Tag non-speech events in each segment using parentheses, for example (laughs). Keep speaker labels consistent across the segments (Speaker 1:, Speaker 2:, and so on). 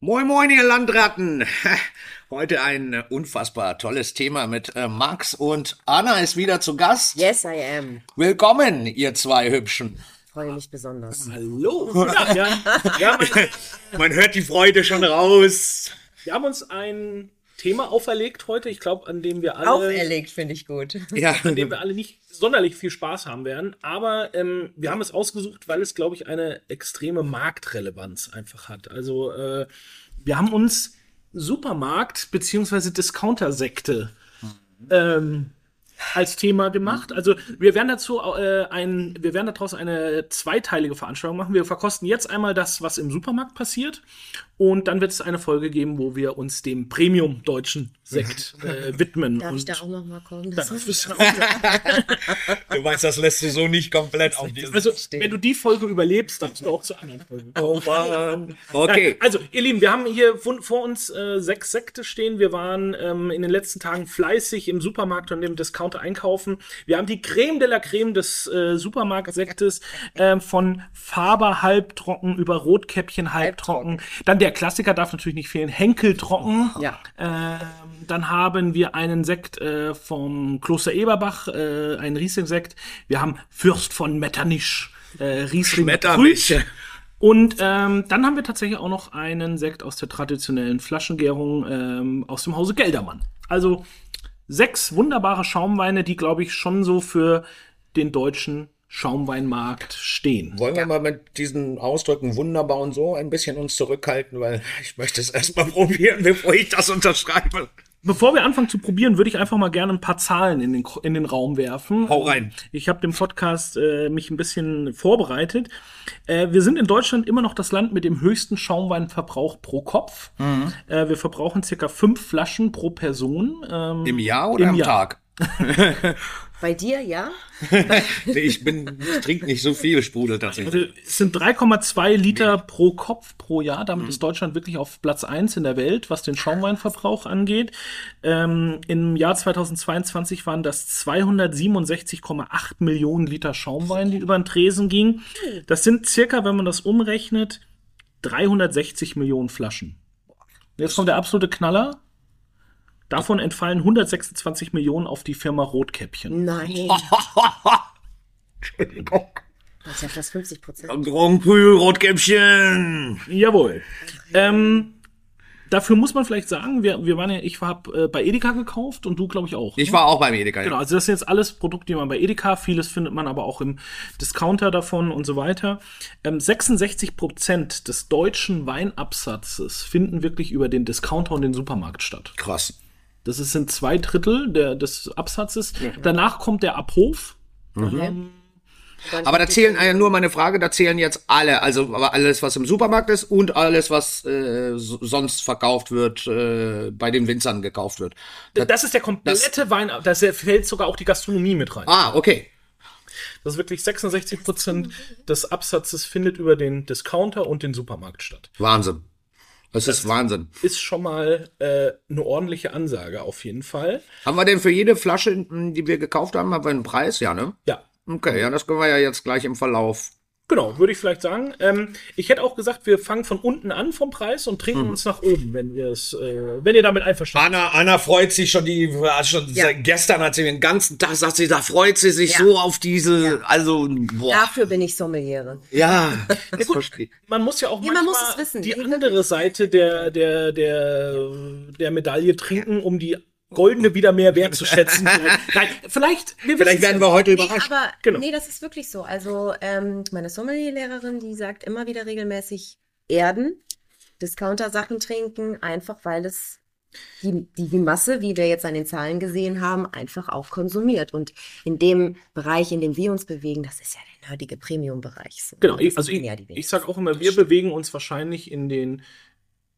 Speaker 1: Moin Moin, ihr Landratten! (laughs) Heute ein äh, unfassbar tolles Thema mit äh, Max und Anna ist wieder zu Gast.
Speaker 2: Yes, I am.
Speaker 1: Willkommen, ihr zwei Hübschen.
Speaker 2: Freue mich besonders.
Speaker 3: Hallo. Ja, ja, ja, mein,
Speaker 1: (laughs) Man hört die Freude schon raus.
Speaker 3: wir haben uns ein Thema auferlegt heute, ich glaube, an dem wir alle,
Speaker 2: Auferlegt finde ich gut.
Speaker 1: (laughs) Ja,
Speaker 3: an dem wir alle nicht sonderlich viel Spaß haben werden. Aber ähm, wir haben es ausgesucht, weil es, glaube ich, eine extreme Marktrelevanz einfach hat. Also äh, wir haben uns Supermarkt bzw. Discounter-Sekte
Speaker 2: Mhm.
Speaker 3: ähm, als Thema gemacht. Also wir werden dazu äh, ein, wir werden daraus eine zweiteilige Veranstaltung machen. Wir verkosten jetzt einmal das, was im Supermarkt passiert, und dann wird es eine Folge geben, wo wir uns dem Premium deutschen Sekt äh, widmen.
Speaker 2: Mhm. Darf ich
Speaker 3: und
Speaker 2: da auch nochmal kommen?
Speaker 3: das
Speaker 2: Das
Speaker 3: ist-
Speaker 1: du weißt, das lässt du so nicht komplett auf die
Speaker 3: also, wenn du die Folge überlebst, dann bist du auch zur anderen Folge.
Speaker 1: Oh Mann. Okay. (laughs)
Speaker 3: Nein, Also, ihr Lieben, wir haben hier von- vor uns äh, sechs Sekte stehen. Wir waren ähm, in den letzten Tagen fleißig im Supermarkt und im Discounter einkaufen. Wir haben die Creme de la Creme des äh, Supermarktsektes ähm, von Faber halbtrocken über Rotkäppchen halbtrocken. Dann der Klassiker darf natürlich nicht fehlen, Henkel trocken.
Speaker 2: Ja.
Speaker 3: Ähm, dann haben wir einen Sekt äh, vom Kloster Eberbach, äh, einen Riesling-Sekt. Wir haben Fürst von Metternich, äh, Riesling mit
Speaker 1: Schmetterlich.
Speaker 3: Grün. Und ähm, dann haben wir tatsächlich auch noch einen Sekt aus der traditionellen Flaschengärung ähm, aus dem Hause Geldermann. Also sechs wunderbare Schaumweine, die, glaube ich, schon so für den deutschen Schaumweinmarkt stehen.
Speaker 1: Wollen wir mal mit diesen Ausdrücken wunderbar und so ein bisschen uns zurückhalten, weil ich möchte es erstmal probieren, bevor ich das unterschreibe.
Speaker 3: Bevor wir anfangen zu probieren, würde ich einfach mal gerne ein paar Zahlen in den, in den Raum werfen.
Speaker 1: Hau rein.
Speaker 3: Ich habe den Podcast äh, mich ein bisschen vorbereitet. Äh, wir sind in Deutschland immer noch das Land mit dem höchsten Schaumweinverbrauch pro Kopf. Äh, wir verbrauchen circa fünf Flaschen pro Person. Ähm,
Speaker 1: Im Jahr oder
Speaker 3: Im
Speaker 1: am
Speaker 3: Jahr.
Speaker 1: Tag?
Speaker 2: Bei dir, ja?
Speaker 1: Nee, ich bin, ich trinke nicht so viel Sprudel tatsächlich.
Speaker 3: also es sind 3,2 Liter pro Kopf pro Jahr. Damit ist Deutschland wirklich auf Platz 1 in der Welt, was den Schaumweinverbrauch angeht. Ähm, Im Jahr 2022 waren das 267,8 Millionen Liter Schaumwein, die über den Tresen gingen. Das sind circa, wenn man das umrechnet, 360 Millionen Flaschen. Jetzt kommt der absolute Knaller. Davon entfallen 126 Millionen auf die Firma Rotkäppchen.
Speaker 2: Nein.
Speaker 3: Oh.
Speaker 1: (laughs)
Speaker 2: Das ist ja fast 50
Speaker 3: Oh,
Speaker 2: Prozent.
Speaker 1: Grand Prix Rotkäppchen.
Speaker 3: Jawohl. Ähm, dafür muss man vielleicht sagen, wir, wir waren ja, ich habe äh, bei Edeka gekauft und du, glaube ich, auch.
Speaker 1: Ich war auch beim Edeka. ja.
Speaker 3: Genau, also das sind jetzt alles Produkte, die man bei Edeka, vieles findet man aber auch im Discounter davon und so weiter. Ähm, 66 Prozent des deutschen Weinabsatzes finden wirklich über den Discounter und den Supermarkt statt.
Speaker 1: Krass.
Speaker 3: Das ist, sind zwei Drittel der, des Absatzes. Danach kommt der Abhof.
Speaker 1: Aber da zählen äh, nur meine Frage, da zählen jetzt alle, also aber alles, was im Supermarkt ist und alles, was äh, so- sonst verkauft wird, äh, bei den Winzern gekauft wird. Da,
Speaker 3: Das ist der komplette Wein, da fällt sogar auch die Gastronomie mit rein.
Speaker 1: ah, okay.
Speaker 3: Das ist wirklich 66 Prozent des Absatzes findet über den Discounter und den Supermarkt statt.
Speaker 1: Wahnsinn. Das, ist Wahnsinn.
Speaker 3: Ist schon mal äh, eine ordentliche Ansage auf jeden Fall.
Speaker 1: Haben wir denn für jede Flasche, m, die wir gekauft haben, haben wir einen Preis? Ja, ne?
Speaker 3: Ja,
Speaker 1: Okay, ja, das können wir ja jetzt gleich im Verlauf.
Speaker 3: genau, würde ich vielleicht sagen. Ähm, ich hätte auch gesagt, wir fangen von unten an vom Preis und
Speaker 1: Mhm.
Speaker 3: trinken uns nach oben, wenn wir es, äh, wenn ihr damit einverstanden
Speaker 1: Anna, Anna freut sich schon, die war schon
Speaker 2: Ja.
Speaker 1: seit gestern hat sie den ganzen Tag, sagt sie, da freut sie sich
Speaker 2: Ja.
Speaker 1: so auf diese, also, boah.
Speaker 2: Dafür bin ich Sommeliere. (laughs)
Speaker 1: Ja, das verstehe ich.
Speaker 3: Man muss ja auch
Speaker 2: Ja, man
Speaker 3: manchmal
Speaker 2: muss es wissen.
Speaker 3: die andere Seite der, der, der, der Medaille trinken, um die goldene wieder
Speaker 1: (laughs)
Speaker 3: mehr wertzuschätzen. Nein, vielleicht, wir
Speaker 1: Vielleicht
Speaker 3: wissen's
Speaker 1: werden
Speaker 3: ja.
Speaker 1: wir heute
Speaker 2: Nee,
Speaker 1: überrascht.
Speaker 2: aber
Speaker 3: Genau.
Speaker 2: nee, das ist wirklich so. Also ähm, meine Sommelier-Lehrerin, die sagt immer wieder regelmäßig Erden, Discounter-Sachen trinken, einfach weil es die, die, die Masse, wie wir jetzt an den Zahlen gesehen haben, einfach auch konsumiert. Und in dem Bereich, in dem wir uns bewegen, das ist ja der nerdige Premium-Bereich. So,
Speaker 3: Genau,
Speaker 2: das
Speaker 3: ich, also
Speaker 2: wissen
Speaker 3: ich,
Speaker 2: ja die
Speaker 3: ich
Speaker 2: wenigsten.
Speaker 3: sag auch immer, wir bewegen uns wahrscheinlich in den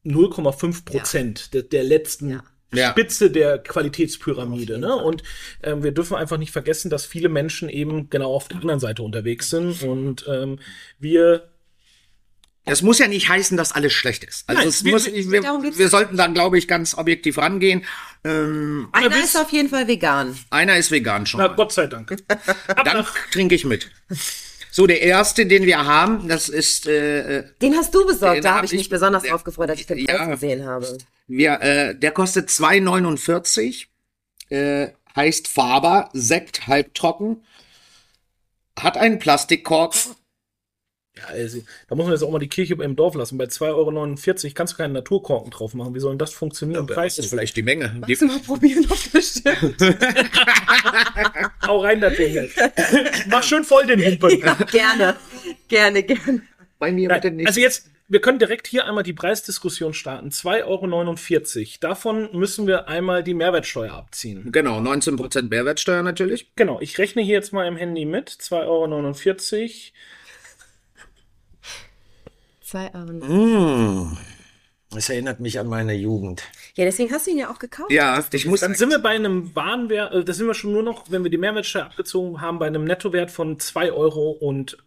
Speaker 3: 0,5 Prozent der, der letzten
Speaker 2: Ja.
Speaker 1: Ja.
Speaker 3: Spitze der Qualitätspyramide. Ne? Und ähm, wir dürfen einfach nicht vergessen, dass viele Menschen eben genau auf der anderen Seite unterwegs sind. Und ähm, wir,
Speaker 1: Das muss ja nicht heißen, dass alles schlecht ist. Also
Speaker 3: Nein,
Speaker 1: es
Speaker 3: wir-
Speaker 1: muss, ich, wir,
Speaker 2: darum geht's
Speaker 1: wir sollten dann, glaube ich, ganz objektiv rangehen.
Speaker 2: Einer ist auf jeden Fall vegan. (laughs)
Speaker 1: Einer ist vegan schon.
Speaker 3: na
Speaker 1: mal.
Speaker 3: Gott sei Dank.
Speaker 1: Dann trinke ich mit. So, der erste, den wir haben, das ist, äh,
Speaker 2: Den hast du besorgt,
Speaker 1: Den
Speaker 2: da
Speaker 1: hab
Speaker 2: habe ich mich
Speaker 1: ich-
Speaker 2: besonders
Speaker 1: der-
Speaker 2: drauf gefreut, als ich den
Speaker 1: ja.
Speaker 2: Preis gesehen habe.
Speaker 1: wir, äh, der kostet 2,49, äh, heißt Faber, Sekt, halbtrocken, hat einen Plastikkork.
Speaker 3: Ja, also, da muss man jetzt auch mal die Kirche im Dorf lassen. Bei 2,49 Euro kannst du keinen Naturkorken drauf machen. Wie soll denn das funktionieren?
Speaker 1: Das ist vielleicht die Menge. Die,
Speaker 2: Magst du mal probieren, ob das
Speaker 1: (laughs)
Speaker 2: stimmt?
Speaker 3: Hau rein,
Speaker 2: (laughs)
Speaker 3: das Ding. Mach schön voll den Humpen.
Speaker 2: gerne, gerne, gerne.
Speaker 1: bei mir mit den
Speaker 3: Nein, also jetzt, wir können direkt hier einmal die Preisdiskussion starten. 2,49 Euro. Davon müssen wir einmal die Mehrwertsteuer abziehen.
Speaker 1: Genau, 19% Mehrwertsteuer natürlich.
Speaker 3: Genau, ich rechne hier jetzt mal im Handy mit. 2,49 Euro.
Speaker 2: Zwei Abend.
Speaker 1: Das erinnert mich an meine Jugend.
Speaker 2: Ja, deswegen hast du ihn ja auch gekauft.
Speaker 1: Ja, ich muss.
Speaker 3: Dann sind wir bei einem Warenwert, äh, da sind wir schon nur noch, wenn wir die Mehrwertsteuer abgezogen haben, bei einem Nettowert von 2 Euro und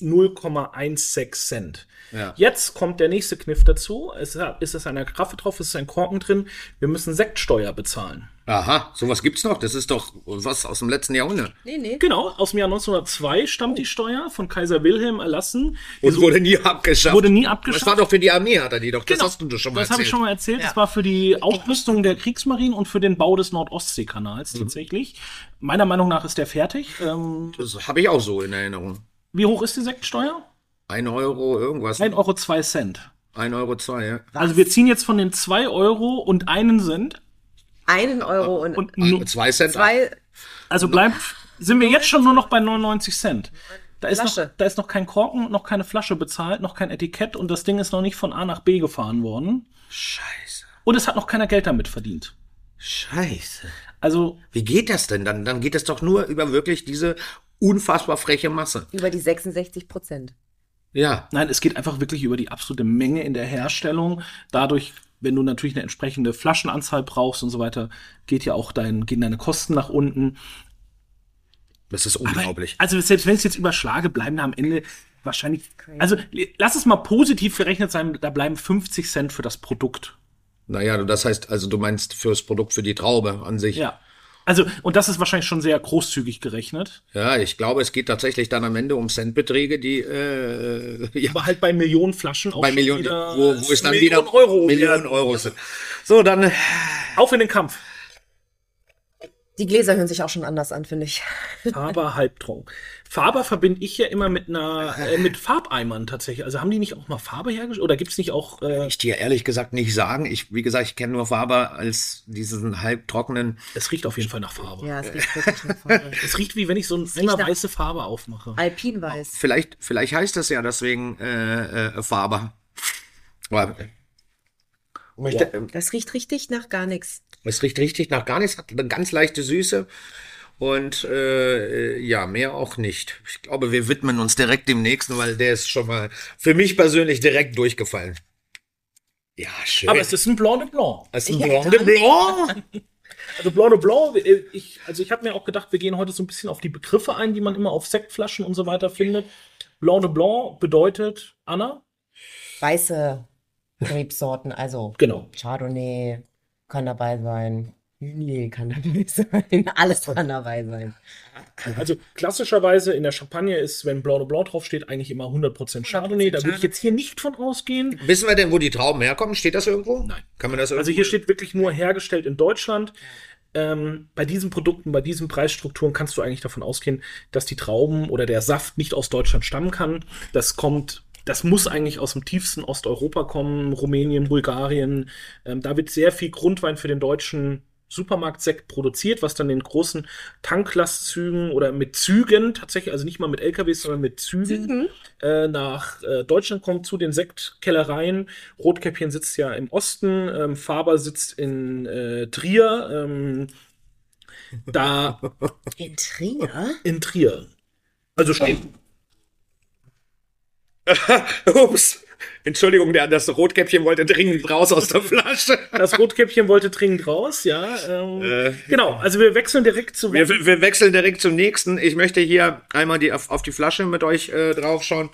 Speaker 3: 0,16 Cent.
Speaker 1: Ja.
Speaker 3: Jetzt kommt der nächste Kniff dazu. Es ist es eine Graffe drauf, es ist ein Korken drin. Wir müssen Sektsteuer bezahlen.
Speaker 1: Aha, sowas gibt's noch. Das ist doch was aus dem letzten Jahrhundert.
Speaker 2: Nee, nee.
Speaker 3: Genau, aus dem Jahr 1902
Speaker 1: Oh.
Speaker 3: stammt die Steuer von Kaiser Wilhelm erlassen.
Speaker 1: Und wurde nie abgeschafft.
Speaker 3: Wurde nie
Speaker 1: das
Speaker 3: abgeschafft.
Speaker 1: war doch für die Armee, hat er die doch. Das
Speaker 3: Genau.
Speaker 1: hast du doch schon mal
Speaker 3: Das habe
Speaker 1: erzählt.
Speaker 3: ich schon mal erzählt. Das war für die Aufrüstung der Kriegsmarine und für den Bau des Nordostseekanals
Speaker 1: Mhm.
Speaker 3: tatsächlich. Meiner Meinung nach ist der fertig. Ähm,
Speaker 1: das habe ich auch so in Erinnerung.
Speaker 3: wie hoch ist die Sektsteuer?
Speaker 1: Ein Euro irgendwas.
Speaker 3: 1 Euro 2 Cent.
Speaker 1: Ein Euro zwei, ja.
Speaker 3: Also wir ziehen jetzt von den 2 Euro und einen Cent
Speaker 2: Einen Euro und,
Speaker 3: und nu-
Speaker 1: Zwei Cent.
Speaker 2: zwei.
Speaker 3: also bleibt sind wir jetzt schon nur noch bei 99 Cent. Da ist, noch,
Speaker 2: Flasche.
Speaker 3: da ist noch kein Korken, noch keine Flasche bezahlt, noch kein Etikett und das Ding ist noch nicht von A nach B gefahren worden.
Speaker 1: Scheiße.
Speaker 3: Und es hat noch keiner Geld damit verdient.
Speaker 1: Scheiße.
Speaker 3: Also
Speaker 1: Wie geht das denn? Dann, dann geht das doch nur über wirklich diese unfassbar freche Masse.
Speaker 2: Über die 66 Prozent.
Speaker 1: Ja.
Speaker 3: Nein, es geht einfach wirklich über die absolute Menge in der Herstellung. Dadurch, wenn du natürlich eine entsprechende Flaschenanzahl brauchst und so weiter, geht ja auch dein, gehen deine Kosten nach unten.
Speaker 1: Das ist unglaublich.
Speaker 3: Also selbst wenn ich es jetzt überschlage, bleiben da am Ende wahrscheinlich. Also lass es mal positiv gerechnet sein, da bleiben 50 Cent für das Produkt.
Speaker 1: Naja, das heißt, also du meinst fürs Produkt für die Traube an sich.
Speaker 3: Ja. Also, und das ist wahrscheinlich schon sehr großzügig gerechnet.
Speaker 1: Ja, ich glaube, es geht tatsächlich dann am Ende um Centbeträge, die äh, (laughs) ja,
Speaker 3: Aber halt bei Millionen Flaschen auch
Speaker 1: bei
Speaker 3: schon
Speaker 1: Millionen,
Speaker 3: wieder
Speaker 1: wo, wo es dann
Speaker 3: Millionen
Speaker 1: wieder
Speaker 3: Euro
Speaker 1: Millionen
Speaker 3: werden.
Speaker 1: Euro sind. So, dann
Speaker 3: Auf in den Kampf.
Speaker 2: Die Gläser hören sich auch schon anders an, finde ich.
Speaker 3: Faber Halbtrunk. Faber verbinde ich ja immer mit einer äh, mit Farbeimern tatsächlich. Also haben die nicht auch mal Farbe hergestellt? Oder gibt es nicht auch äh,
Speaker 1: ich dir ehrlich gesagt nicht sagen. Ich, wie gesagt, ich kenne nur Faber als diesen halbtrockenen.
Speaker 3: es riecht auf jeden Fall nach Farbe.
Speaker 2: Ja, es riecht wirklich nach Farbe.
Speaker 1: (laughs)
Speaker 3: Es riecht wie wenn ich so ein
Speaker 2: riecht
Speaker 3: immer
Speaker 2: nach-
Speaker 3: weiße Farbe aufmache.
Speaker 2: Alpinweiß.
Speaker 1: Vielleicht, vielleicht heißt das ja deswegen äh, äh, Faber. Aber, Möchte,
Speaker 2: Das riecht richtig nach gar nichts.
Speaker 1: Es riecht richtig nach gar nichts, hat eine ganz leichte Süße. Und äh, äh, ja, mehr auch nicht. Ich glaube, wir widmen uns direkt dem nächsten, weil der ist schon mal für mich persönlich direkt durchgefallen. Ja, schön.
Speaker 3: Aber es ist ein Blanc de Blanc.
Speaker 1: Es ist ein Blanc de Blanc.
Speaker 3: Also Blanc de Blanc, äh, ich, also ich habe mir auch gedacht, wir gehen heute so ein bisschen auf die Begriffe ein, die man immer auf Sektflaschen und so weiter findet. Blanc de Blanc bedeutet, Anna?
Speaker 2: Weiße Rebsorten, also
Speaker 3: Genau.
Speaker 2: Chardonnay kann dabei sein. Hügel kann dabei sein. (laughs) Alles kann dabei sein.
Speaker 3: Also klassischerweise in der Champagne ist, wenn Blanc de Blanc draufsteht, eigentlich immer 100% Chardonnay. Da würde ich jetzt hier nicht von ausgehen.
Speaker 1: Wissen wir denn, wo die Trauben herkommen? Steht das irgendwo?
Speaker 3: Nein.
Speaker 1: Kann man das
Speaker 3: Also
Speaker 1: irgendwo?
Speaker 3: hier steht wirklich nur hergestellt in Deutschland. Ähm, bei diesen Produkten, bei diesen Preisstrukturen kannst du eigentlich davon ausgehen, dass die Trauben oder der Saft nicht aus Deutschland stammen kann. Das kommt, das muss eigentlich aus dem tiefsten Osteuropa kommen, Rumänien, Bulgarien. Ähm, da wird sehr viel Grundwein für den deutschen Supermarktsekt produziert, was dann in großen Tanklastzügen oder mit Zügen tatsächlich, also nicht mal mit LKWs, sondern mit Zügen äh, nach äh, Deutschland kommt, zu den Sektkellereien. Rotkäppchen sitzt ja im Osten, ähm, Faber sitzt in äh, Trier. Ähm, da
Speaker 2: In Trier?
Speaker 3: in Trier. Also steht.
Speaker 1: (laughs) Ups. Entschuldigung, der, das Rotkäppchen wollte dringend raus aus
Speaker 3: (laughs)
Speaker 1: der Flasche.
Speaker 3: Das Rotkäppchen wollte dringend raus, ja. Ähm, Genau, also wir wechseln direkt zu.
Speaker 1: Wir, wir wir wechseln direkt zum nächsten. Ich möchte hier einmal die, auf, auf die Flasche mit euch äh, draufschauen.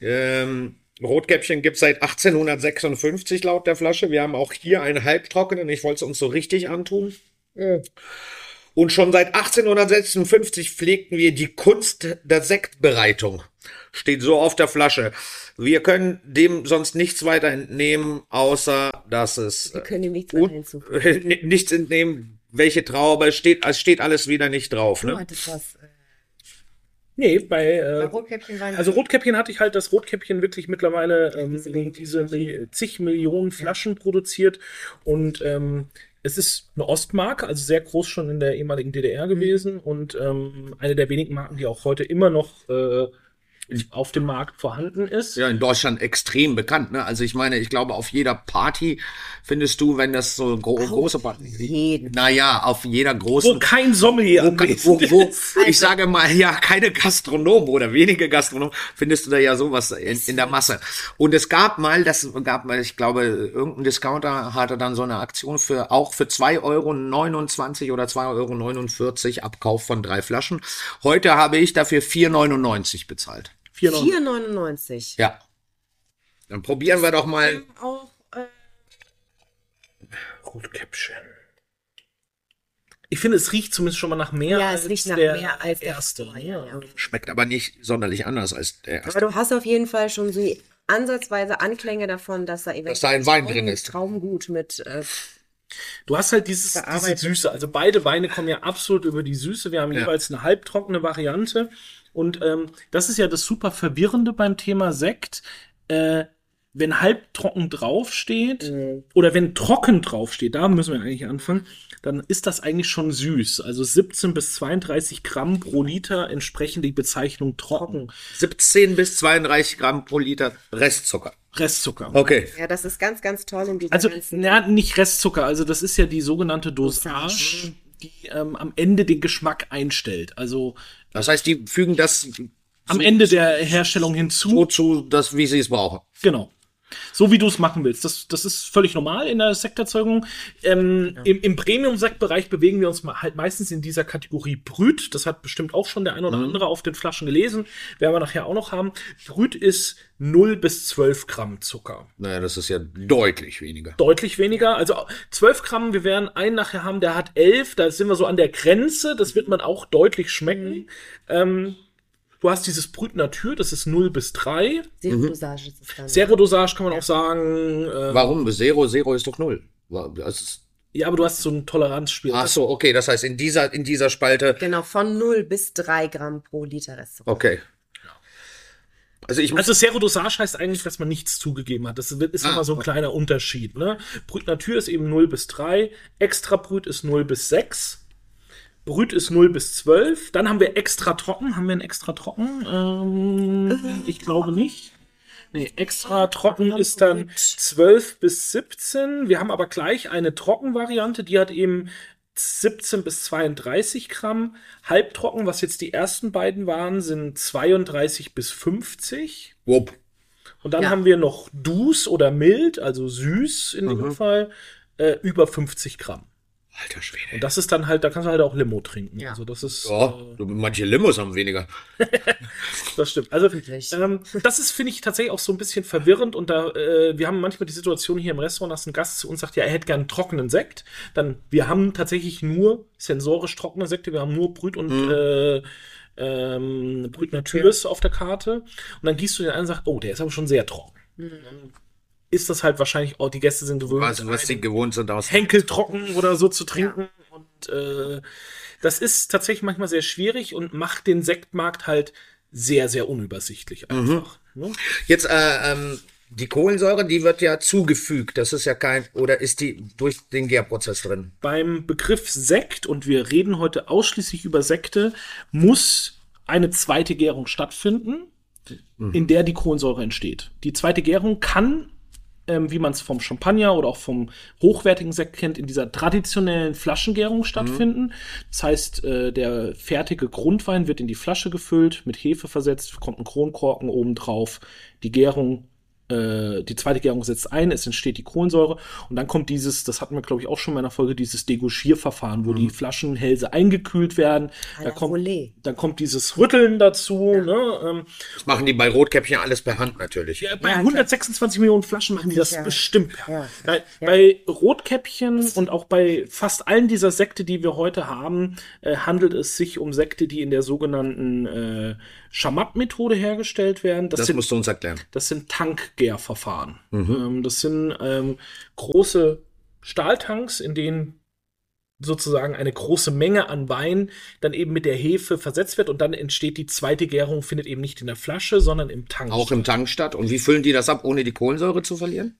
Speaker 1: Ähm, Rotkäppchen gibt es seit 1856 laut der Flasche. Wir haben auch hier einen halbtrockenen. Ich wollte es uns so richtig antun. Äh. Und schon seit 1856 pflegten wir die Kunst der Sektbereitung. Steht so auf der Flasche. Wir können dem sonst nichts weiter entnehmen, außer dass es. äh,
Speaker 2: Wir können ihm nichts
Speaker 1: un-
Speaker 2: weiter hinzufügen.
Speaker 1: Äh, nichts entnehmen, welche Traube. Es steht, es steht alles wieder nicht drauf.
Speaker 2: Du
Speaker 1: Ne?
Speaker 2: hattest was. äh,
Speaker 3: Nee, bei,
Speaker 2: Bei
Speaker 3: äh,
Speaker 2: Rotkäppchen waren
Speaker 3: also Rotkäppchen hatte ich halt, dass Rotkäppchen wirklich mittlerweile ähm,
Speaker 2: Diese Millionen
Speaker 3: diese Mi- zig Millionen Flaschen produziert und ähm, es ist eine Ostmark, also sehr groß schon in der ehemaligen
Speaker 2: Mhm.
Speaker 3: DDR gewesen und ähm, eine der wenigen Marken, die auch heute immer noch äh, auf dem Markt vorhanden ist.
Speaker 1: Ja, in Deutschland extrem bekannt. Ne? Also ich meine, ich glaube, auf jeder Party findest du, wenn das so gro große Party.
Speaker 2: jeden.
Speaker 1: Naja, auf jeder
Speaker 3: Wo
Speaker 1: großen.
Speaker 3: kein Sommelier
Speaker 1: Wo, wo,
Speaker 3: (laughs) anwesend
Speaker 1: wo,
Speaker 3: ist.
Speaker 1: ich sage mal, ja, keine Gastronomen oder wenige Gastronomen findest du da ja sowas in, in der Masse. Und es gab mal, das gab mal, ich glaube, irgendein Discounter hatte dann so eine Aktion für auch für 2,29 Euro oder 2,49 Euro Abkauf von drei Flaschen. Heute habe ich dafür 4,99 bezahlt.
Speaker 2: 4,99.
Speaker 1: Ja. Dann probieren wir doch mal.
Speaker 2: Auch äh,
Speaker 3: Rotkäppchen. Ich finde, es riecht zumindest schon mal nach mehr
Speaker 2: Ja, es riecht nach mehr als der
Speaker 3: erste.
Speaker 2: Vorher, ja.
Speaker 1: Schmeckt aber nicht sonderlich anders als der erste.
Speaker 2: Aber du hast auf jeden Fall schon so ansatzweise Anklänge davon, dass da eventuell
Speaker 1: Dass da ein Wein drin ist.
Speaker 2: Traumgut mit äh,
Speaker 3: Du hast halt dieses, diese
Speaker 2: Verarbeitet.
Speaker 3: Süße. Also beide Weine kommen ja absolut über die Süße. Wir haben jeweils eine halbtrockene Variante. Und ähm, das ist ja das super Verwirrende beim Thema Sekt. Äh, wenn halbtrocken draufsteht oder wenn trocken draufsteht, da müssen wir eigentlich anfangen, dann ist das eigentlich schon süß. Also 17 bis 32 Gramm pro Liter entsprechend die Bezeichnung trocken.
Speaker 1: 17 bis 32 Gramm pro Liter Restzucker.
Speaker 3: Restzucker.
Speaker 1: Okay.
Speaker 2: Ja, das ist ganz, ganz toll in dieser
Speaker 3: Also,
Speaker 2: ganzen.
Speaker 3: na, nicht Restzucker, also das ist ja die sogenannte Dosage, die ähm, am Ende den Geschmack einstellt. Also
Speaker 1: Das heißt, die fügen das
Speaker 3: am Ende der Herstellung hinzu.
Speaker 1: so zu, dass, wie sie es brauchen.
Speaker 3: Genau. So wie du es machen willst. Das, das ist völlig normal in der Sekterzeugung. Ähm, Im, im Premium-Sektbereich bewegen wir uns ma- halt meistens in dieser Kategorie Brüt. Das hat bestimmt auch schon der ein oder andere auf den Flaschen gelesen. Werden wir nachher auch noch haben. Brüt ist 0 bis 12 Gramm Zucker.
Speaker 1: Naja, das ist ja deutlich weniger.
Speaker 3: deutlich weniger. Also 12 Gramm, wir werden einen nachher haben, der hat 11, da sind wir so an der Grenze, das wird man auch deutlich schmecken. Ähm, du hast dieses Brüt Natur, das ist 0 bis 3.
Speaker 2: Serodosage
Speaker 1: Mhm.
Speaker 2: ist es dann.
Speaker 3: Serodosage kann man auch sagen, äh,
Speaker 1: Warum? Zero, Zero ist doch Null. Wa- Das ist,
Speaker 3: ja, aber du hast so ein Toleranzspiel.
Speaker 1: ach so, okay, das heißt, in dieser, in dieser Spalte,
Speaker 2: genau, von 0 bis 3 Gramm pro Liter Restzucker.
Speaker 1: okay. Also ich muss,
Speaker 3: Also Serodosage heißt eigentlich, dass man nichts zugegeben hat. Das wird- ist immer so ein kleiner Unterschied. Ne? Brüt Natur ist eben 0 bis 3, Extra Brüt ist 0 bis 6, Brüt ist 0 bis 12, dann haben wir Extra Trocken. Haben wir einen Extra Trocken? Ähm, ich glaube nicht. Nee, extra trocken ist dann 12 bis 17. Wir haben aber gleich eine Trockenvariante, die hat eben 17 bis 32 Gramm. Halbtrocken, was jetzt die ersten beiden waren, sind 32 bis 50.
Speaker 1: Also, wupp.
Speaker 3: Und dann
Speaker 2: Ja.
Speaker 3: haben wir noch dus oder mild, also süß in dem Fall, äh, über 50 Gramm.
Speaker 1: Alter Schwede.
Speaker 3: Und das ist dann halt, da kannst du halt auch Limo trinken.
Speaker 2: Ja.
Speaker 3: Also das ist,
Speaker 1: Ja, du, manche Limos haben weniger.
Speaker 3: das stimmt. Also
Speaker 2: Wirklich.
Speaker 3: ähm, das ist, finde ich, tatsächlich auch so ein bisschen verwirrend. Und da, äh, wir haben manchmal die Situation hier im Restaurant, dass ein Gast zu uns sagt, ja, er hätte gern einen trockenen Sekt. Dann, wir haben tatsächlich nur sensorisch trockene Sekte, wir haben nur Brüt und äh, ähm, Brüt Natures auf der Karte. Und dann gießt du den einen und sagst, oh, der ist aber schon sehr trocken. Dann Ist das halt wahrscheinlich auch, die Gäste sind gewöhnt.
Speaker 1: Was, was die gewohnt sind aus.
Speaker 3: Henkel trocken oder so zu trinken. Und äh, das ist tatsächlich manchmal sehr schwierig und macht den Sektmarkt halt sehr, sehr unübersichtlich einfach. Ne?
Speaker 1: Jetzt, äh, ähm, die Kohlensäure, die wird ja zugefügt. Das ist ja kein, oder ist die durch den Gärprozess drin?
Speaker 3: Beim Begriff Sekt, und wir reden heute ausschließlich über Sekte, muss eine zweite Gärung stattfinden, in der die Kohlensäure entsteht. Die zweite Gärung kann, ähm, wie man es vom Champagner oder auch vom hochwertigen Sekt kennt, in dieser traditionellen Flaschengärung stattfinden. Das heißt, äh, der fertige Grundwein wird in die Flasche gefüllt, mit Hefe versetzt, kommt ein Kronkorken oben drauf, die Gärung äh, äh, die zweite Gärung setzt ein, es entsteht die Kohlensäure und dann kommt dieses, das hatten wir glaube ich auch schon in meiner Folge, dieses Deguschierverfahren, wo die Flaschenhälse eingekühlt werden.
Speaker 2: À
Speaker 3: Da
Speaker 2: la
Speaker 3: kommt,
Speaker 2: Volée.
Speaker 3: dann kommt dieses Rütteln dazu. Ne? Ähm,
Speaker 1: Das machen die bei Rotkäppchen alles per Hand natürlich.
Speaker 3: ja, bei
Speaker 2: Ja, klar.
Speaker 3: 126 Millionen Flaschen machen die das
Speaker 2: Sicher.
Speaker 3: bestimmt.
Speaker 2: Ja.
Speaker 3: Bei, bei Rotkäppchen und auch bei fast allen dieser Sekte, die wir heute haben, äh, handelt es sich um Sekte, die in der sogenannten äh, Schamat-Methode hergestellt werden. Das,
Speaker 1: Das Mhm.
Speaker 3: sind,
Speaker 1: musst du uns erklären.
Speaker 3: das sind Tankgärverfahren. Ähm, das sind ähm, große Stahltanks, in denen sozusagen eine große Menge an Wein dann eben mit der Hefe versetzt wird und dann entsteht die zweite Gärung, findet eben nicht in der Flasche, sondern im Tank.
Speaker 1: Auch im Tank statt. Und wie füllen die das ab, ohne die Kohlensäure zu verlieren?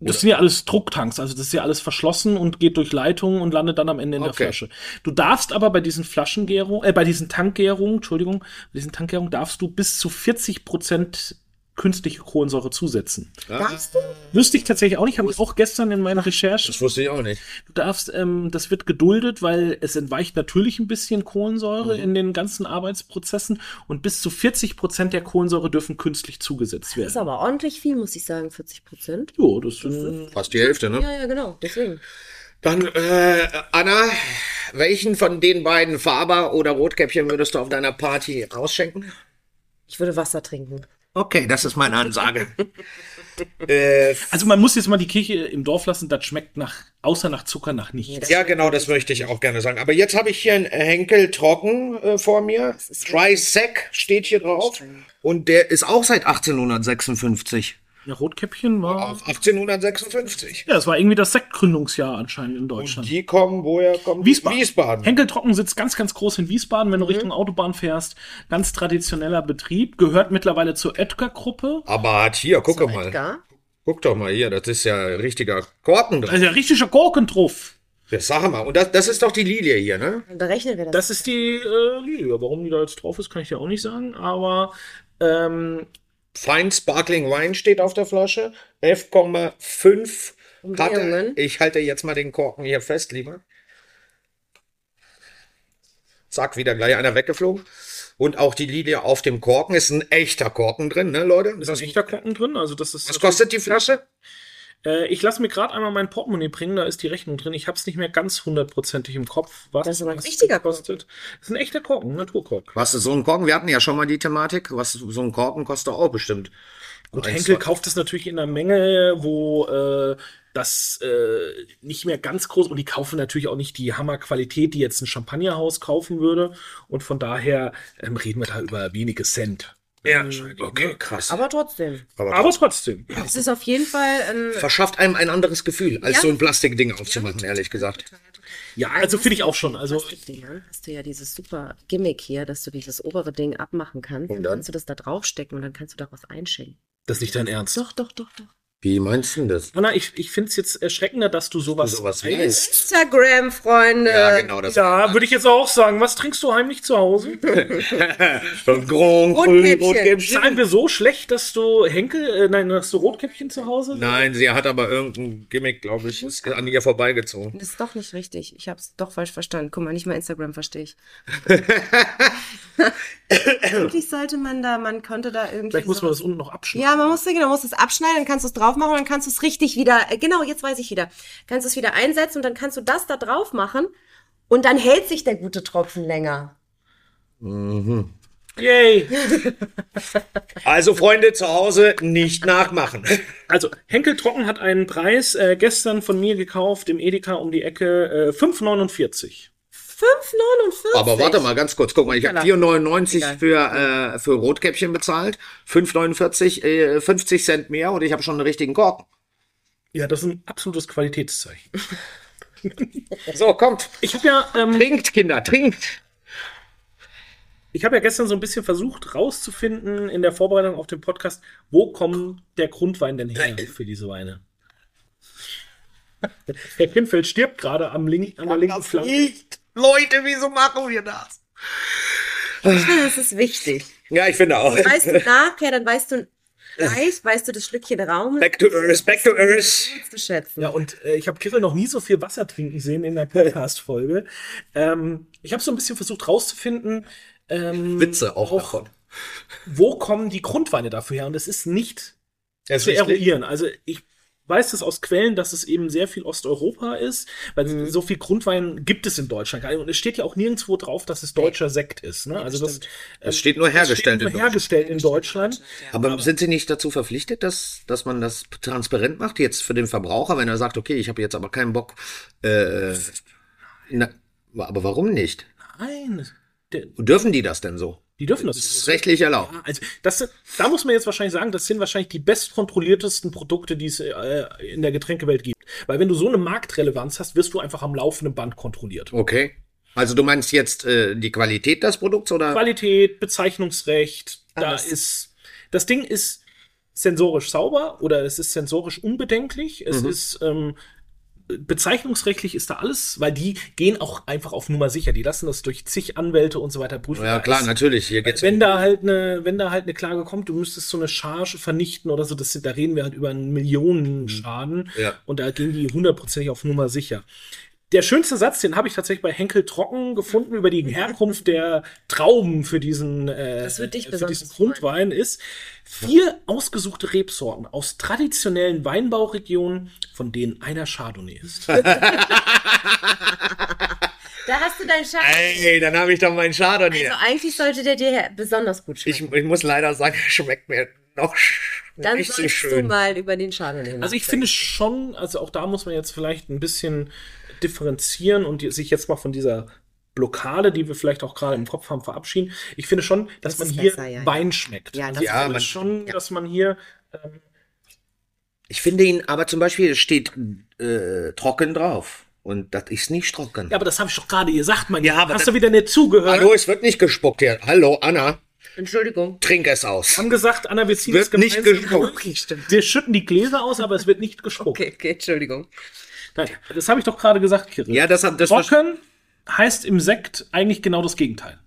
Speaker 3: Das sind ja alles Drucktanks, also das ist ja alles verschlossen und geht durch Leitungen und landet dann am Ende in
Speaker 1: Okay.
Speaker 3: der Flasche. Du darfst aber bei diesen Flaschengärungen, äh, bei diesen Tankgärungen, Entschuldigung, bei diesen Tankgärungen darfst du bis zu 40 Prozent künstliche Kohlensäure zusetzen.
Speaker 1: Ah.
Speaker 2: Darfst du?
Speaker 3: Wüsste ich tatsächlich auch nicht, habe ich auch gestern in meiner Recherche.
Speaker 1: Das wusste ich auch nicht.
Speaker 3: Du darfst, ähm, das wird geduldet, weil es entweicht natürlich ein bisschen Kohlensäure
Speaker 1: Mhm.
Speaker 3: in den ganzen Arbeitsprozessen und bis zu 40 Prozent der Kohlensäure dürfen künstlich zugesetzt
Speaker 2: Das ist
Speaker 3: werden.
Speaker 2: aber ordentlich viel, muss ich sagen, 40 Prozent.
Speaker 3: Jo, das sind,
Speaker 1: Fast die Hälfte, ne?
Speaker 2: Ja, ja, genau, deswegen.
Speaker 1: Dann, äh, Anna, welchen von den beiden Faber oder Rotkäppchen würdest du auf deiner Party ausschenken?
Speaker 2: Ich würde Wasser trinken.
Speaker 1: Okay, das ist meine Ansage. äh,
Speaker 3: Also man muss jetzt mal die Kirche im Dorf lassen, das schmeckt nach, außer nach Zucker nach nichts.
Speaker 1: ja, genau, das möchte ich auch gerne sagen. Aber jetzt habe ich hier einen Henkel trocken äh, vor mir. Tri-Sec steht hier drauf. Und der ist auch seit 1856.
Speaker 3: Ja, also- Rotkäppchen war.
Speaker 1: Auf 1856.
Speaker 3: Ja, es war irgendwie das Sektgründungsjahr anscheinend in Deutschland.
Speaker 1: Die kommen, woher kommen
Speaker 3: Wiesbaden.
Speaker 1: Wiesbaden.
Speaker 3: Henkel Trocken sitzt ganz, ganz groß in Wiesbaden, wenn du Richtung Autobahn fährst. Ganz traditioneller Betrieb, gehört mittlerweile zur Edgar-Gruppe.
Speaker 1: Aber hat hier, gucke mal.
Speaker 2: Edgar?
Speaker 1: Guck doch mal hier, das ist ja ein richtiger Korken drin.
Speaker 3: Also ein richtiger Gurken drauf.
Speaker 1: Das sag mal. Und das, das ist doch die Lilie hier, ne?
Speaker 2: Dann berechnen wir das.
Speaker 3: Das ist die äh, Lilie. Warum die da jetzt drauf ist, kann ich dir auch nicht sagen, aber ähm,
Speaker 1: Fine Sparkling Wine steht auf der Flasche. 11,5 Hatte.
Speaker 2: Umdrehungen.
Speaker 1: Ich halte jetzt mal den Korken hier fest, lieber. Zack, wieder gleich einer weggeflogen. Und auch die Lilie auf dem Korken ist ein echter Korken drin, ne, Leute?
Speaker 3: ist ein echter Korken drin. Also das ist.
Speaker 1: Was kostet die Flasche?
Speaker 3: Äh, ich lasse mir gerade einmal mein Portemonnaie bringen, da ist die Rechnung drin. Ich habe es nicht mehr ganz hundertprozentig im Kopf, was
Speaker 2: Das ist aber ein
Speaker 3: was
Speaker 2: richtiger
Speaker 3: kostet. Das ist ein echter Korken, ein Naturkork.
Speaker 1: Was ist so ein Korken? Wir hatten ja schon mal die Thematik. Was so ein Korken kostet auch bestimmt.
Speaker 3: Gut,
Speaker 1: Eins,
Speaker 3: Henkel
Speaker 1: zwei.
Speaker 3: kauft das natürlich in einer Menge, wo äh, das äh, nicht mehr ganz groß und die kaufen natürlich auch nicht die Hammerqualität, die jetzt ein Champagnerhaus kaufen würde. Und von daher ähm, reden wir da über wenige Cent. Äh, ne?
Speaker 1: Ja, okay, krass.
Speaker 2: aber trotzdem.
Speaker 3: Aber trotzdem.
Speaker 2: Es ist auf jeden Fall ein.
Speaker 1: verschafft einem ein anderes Gefühl, als
Speaker 2: Ja.
Speaker 1: so ein Plastikding aufzumachen, ehrlich gesagt.
Speaker 3: Ja, also finde ich auch schon. Also
Speaker 2: Plastikdingern ne? hast du ja dieses super Gimmick hier, dass du dieses obere Ding abmachen kannst.
Speaker 1: Und
Speaker 2: Und
Speaker 1: dann?
Speaker 2: dann kannst du das da draufstecken und dann kannst du daraus einschenken.
Speaker 3: das ist nicht dein Ernst.
Speaker 2: Doch, doch, doch, doch.
Speaker 1: Wie meinst du denn das?
Speaker 3: Anna, ich, ich finde es jetzt erschreckender, dass du sowas,
Speaker 1: Sowas
Speaker 3: weißt.
Speaker 1: weißt.
Speaker 2: Instagram, Freunde.
Speaker 1: Ja, genau, das
Speaker 3: Ja, Ah, würde ich jetzt auch sagen. Was trinkst du heimlich zu Hause?
Speaker 1: Grand Cru,
Speaker 2: Rotkäppchen.
Speaker 1: Rotkäppchen.
Speaker 3: Seien wir so schlecht, dass du Henkel, äh, nein, dass du Rotkäppchen zu Hause?
Speaker 1: Nein, sie hat aber irgendein Gimmick, glaube ich, ist an ihr vorbeigezogen.
Speaker 2: Das ist doch nicht richtig. Ich habe es doch falsch verstanden. Guck mal, nicht mal Instagram verstehe
Speaker 1: (laughs)
Speaker 2: ich. Eigentlich sollte man da, man könnte da irgendwie.
Speaker 3: Vielleicht muss
Speaker 2: so-
Speaker 3: man das unten noch abschneiden.
Speaker 2: ja, man muss genau, muss es abschneiden, dann kannst du es drauf machen, dann kannst du es richtig wieder, äh, genau, jetzt weiß ich wieder, kannst du es wieder einsetzen und dann kannst du das da drauf machen und dann hält sich der gute Tropfen länger.
Speaker 3: Yay!
Speaker 1: Also, Freunde zu Hause, nicht nachmachen.
Speaker 3: Also, Henkel Trocken hat einen Preis äh, gestern von mir gekauft im Edeka um die Ecke äh, 5,49.
Speaker 2: 5,49.
Speaker 1: (laughs) Aber warte mal ganz kurz, guck mal, ich habe 4,99
Speaker 2: Egal.
Speaker 1: für, äh, für Rotkäppchen bezahlt, 5,49, äh, 50 Cent mehr und ich habe schon einen richtigen Korken.
Speaker 3: Ja, das ist ein absolutes Qualitätszeichen.
Speaker 1: So, kommt,
Speaker 3: Ich habe ja, ähm,
Speaker 1: trinkt, Kinder, trinkt.
Speaker 3: ich habe ja gestern so ein bisschen versucht rauszufinden in der Vorbereitung auf den Podcast, wo kommen der Grundwein denn her für diese Weine? Herr Kinfeld stirbt gerade am link, an der linken Flanke.
Speaker 1: Nicht. Leute, wieso machen wir das?
Speaker 2: (laughs) Das ist wichtig.
Speaker 1: Ja, ich finde auch.
Speaker 2: Weißt du nachher, dann weißt du gleich, weißt du das Schlückchen Raum
Speaker 1: Back to Earth, back to Earth.
Speaker 2: zu schätzen.
Speaker 3: Ja, und äh, ich habe Kirill noch nie so viel Wasser trinken sehen in der Podcast-Folge. ähm, ich habe so ein bisschen versucht rauszufinden, ähm,
Speaker 1: Witze auch,
Speaker 3: Auch-
Speaker 1: davon.
Speaker 3: wo kommen die Grundweine dafür her? Und es ist nicht zu eruieren. Also ich weiß das aus Quellen, dass es eben sehr viel Osteuropa ist, weil
Speaker 2: Mhm.
Speaker 3: so viel Grundwein gibt es in Deutschland gar nicht. Und es steht ja auch nirgendwo drauf, dass es deutscher Sekt ist. Ne? Also das,
Speaker 2: stimmt.
Speaker 1: Es steht nur hergestellt
Speaker 3: nur
Speaker 1: in Deutschland.
Speaker 3: hergestellt in Deutschland.
Speaker 1: Aber, sind Sie nicht dazu verpflichtet, dass, dass man das transparent macht, jetzt für den Verbraucher, wenn er sagt, okay, ich habe jetzt aber keinen Bock. Äh, na, aber warum nicht?
Speaker 3: Nein, der,
Speaker 1: Dürfen die das denn so?
Speaker 3: die dürfen das.
Speaker 1: Das ist rechtlich erlaubt.
Speaker 3: Ja, also das, sind- da muss man jetzt wahrscheinlich sagen, das sind wahrscheinlich die bestkontrolliertesten Produkte, die es äh, in der Getränkewelt gibt. Weil wenn du so eine Marktrelevanz hast, wirst du einfach am laufenden Band kontrolliert.
Speaker 1: Okay. Also du meinst jetzt äh, die Qualität des Produkts oder?
Speaker 3: Qualität, Bezeichnungsrecht,
Speaker 2: Alles.
Speaker 3: da ist. Das Ding ist sensorisch sauber oder es ist sensorisch unbedenklich.
Speaker 1: Mhm.
Speaker 3: Es ist ähm, bezeichnungsrechtlich ist da alles, weil die gehen auch einfach auf Nummer sicher. Die lassen das durch zig Anwälte und so weiter prüfen.
Speaker 1: ja klar,
Speaker 3: ist,
Speaker 1: natürlich. Hier geht's
Speaker 3: wenn da halt eine, wenn da halt eine Klage kommt, du müsstest so eine Charge vernichten oder so, das, da reden wir halt über einen Millionenschaden
Speaker 1: Ja.
Speaker 3: und da gehen die hundertprozentig auf Nummer sicher. Der schönste Satz, den habe ich tatsächlich bei Henkel Trocken gefunden über die Herkunft der Trauben für diesen, äh,
Speaker 2: Das wird dich
Speaker 3: für
Speaker 2: besonders
Speaker 3: diesen Grundwein ist. Vier ausgesuchte Rebsorten aus traditionellen Weinbauregionen, von denen einer Chardonnay ist.
Speaker 2: Da hast du deinen Schatz.
Speaker 1: Ey, dann habe ich doch meinen Chardonnay.
Speaker 2: Also eigentlich sollte der dir besonders gut schmecken.
Speaker 1: ich muss leider sagen, schmeckt mir noch sch-
Speaker 2: Dann solltest du mal über den Schaden hin.
Speaker 3: Also ich finde schon, also auch da muss man jetzt vielleicht ein bisschen differenzieren und die- sich jetzt mal von dieser Blockade, die wir vielleicht auch gerade im Kopf haben, verabschieden. Ich finde schon, dass
Speaker 2: Das
Speaker 3: man
Speaker 2: ist
Speaker 3: hier
Speaker 2: besser, ja, ja.
Speaker 3: Wein schmeckt.
Speaker 2: Ja,
Speaker 3: Also
Speaker 2: das
Speaker 3: ich
Speaker 1: Ja,
Speaker 3: finde
Speaker 1: man-
Speaker 3: schon, dass man hier
Speaker 1: Ich finde ihn, aber zum Beispiel es steht äh, trocken drauf. Und das ist nicht trocken.
Speaker 3: Ja, aber das habe ich doch gerade gesagt, mein
Speaker 1: Ja,
Speaker 3: ja,
Speaker 1: aber
Speaker 3: Hast
Speaker 1: das-
Speaker 3: du wieder nicht
Speaker 2: Äh?
Speaker 3: zugehört?
Speaker 1: Hallo, es wird nicht gespuckt hier. Hallo, Anna,
Speaker 2: Entschuldigung.
Speaker 1: trink es aus.
Speaker 3: haben gesagt, Anna, wir ziehen es
Speaker 1: Wird nicht
Speaker 3: gemeinsam
Speaker 1: gespuckt.
Speaker 2: Okay, stimmt.
Speaker 3: (laughs) Wir schütten die Gläser aus, aber es wird nicht gespuckt.
Speaker 2: Okay, okay, Entschuldigung.
Speaker 3: Nein, das habe ich doch gerade gesagt, Kirill.
Speaker 1: Ja, das, das
Speaker 3: Trocken heißt im Sekt eigentlich genau das Gegenteil.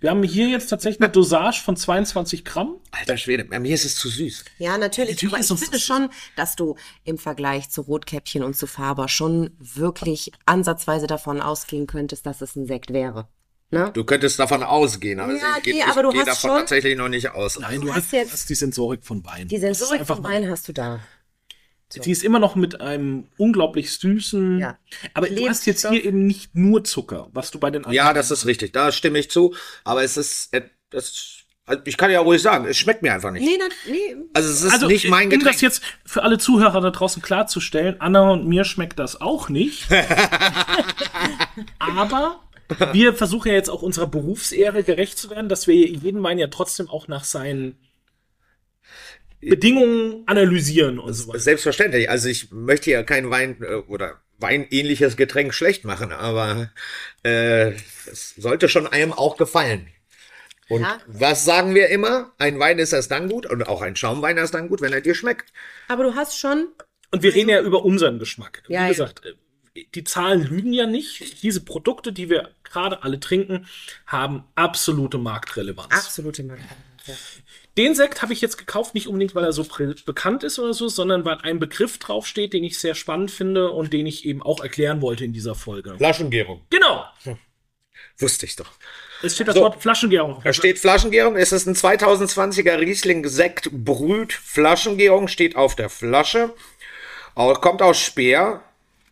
Speaker 3: Wir haben hier jetzt tatsächlich eine Dosage von 22 Gramm.
Speaker 1: Alter Schwede, mir ist es zu süß.
Speaker 2: Ja, natürlich.
Speaker 3: Natürlich
Speaker 2: aber
Speaker 3: ist
Speaker 2: ich
Speaker 3: uns
Speaker 2: finde
Speaker 3: das-
Speaker 2: schon, dass du im Vergleich zu Rotkäppchen und zu Faber schon wirklich ansatzweise davon ausgehen könntest, dass es ein Sekt wäre. Ne?
Speaker 1: Du könntest davon ausgehen, aber
Speaker 2: Ja,
Speaker 1: ich geh-
Speaker 2: nee,
Speaker 1: ich
Speaker 2: aber du
Speaker 1: geh
Speaker 2: hast
Speaker 1: davon
Speaker 2: schon-
Speaker 1: tatsächlich noch nicht aus.
Speaker 3: Nein,
Speaker 2: Du hast jetzt-
Speaker 3: die Sensorik von Wein.
Speaker 2: Die
Speaker 3: Das ist
Speaker 2: Sensorik
Speaker 3: einfach
Speaker 2: vom Wein hast du da.
Speaker 3: Die ist immer noch mit einem unglaublich süßen.
Speaker 2: Ja.
Speaker 3: Aber du hast jetzt hier eben nicht nur Zucker, was du bei den anderen.
Speaker 1: Ja, das ist richtig, da stimme ich zu. Aber es ist, äh, das, also ich kann ja ruhig sagen, es schmeckt mir einfach nicht.
Speaker 2: Nee, na, nee.
Speaker 1: Also es ist nicht mein
Speaker 3: um
Speaker 1: Getränk.
Speaker 3: das jetzt für alle Zuhörer da draußen klarzustellen, Anna und mir schmeckt das
Speaker 1: (laughs)
Speaker 3: auch nicht. Aber wir versuchen ja jetzt auch unserer Berufsehre gerecht zu werden, dass wir jeden Wein ja trotzdem auch nach seinen Bedingungen analysieren und so weiter.
Speaker 1: Selbstverständlich. Also ich möchte ja kein Wein äh, oder weinähnliches Getränk schlecht machen, aber äh, es sollte schon einem auch gefallen. Und
Speaker 2: Ja.
Speaker 1: was sagen wir immer? Ein Wein ist erst dann gut und auch ein Schaumwein erst dann gut, wenn er dir schmeckt.
Speaker 2: Aber du hast schon.
Speaker 3: Und wir reden ja über unseren Geschmack.
Speaker 2: Ja,
Speaker 3: Wie
Speaker 2: ja.
Speaker 3: gesagt, äh, die Zahlen lügen ja nicht. Diese Produkte, die wir gerade alle trinken, haben absolute Marktrelevanz.
Speaker 2: Absolute Mann.
Speaker 3: Den Sekt habe ich jetzt gekauft, nicht unbedingt, weil er so prä- bekannt ist oder so, sondern weil ein Begriff draufsteht, den ich sehr spannend finde und den ich eben auch erklären wollte in dieser Folge.
Speaker 1: Flaschengärung.
Speaker 3: Genau.
Speaker 1: Wusste ich doch.
Speaker 3: Es steht das
Speaker 1: So.
Speaker 3: Wort Flaschengärung.
Speaker 1: Da steht Flaschengärung. Es ist ein 2020er Riesling Sekt Brüt. Flaschengärung steht auf der Flasche. Au- Kommt aus Speer.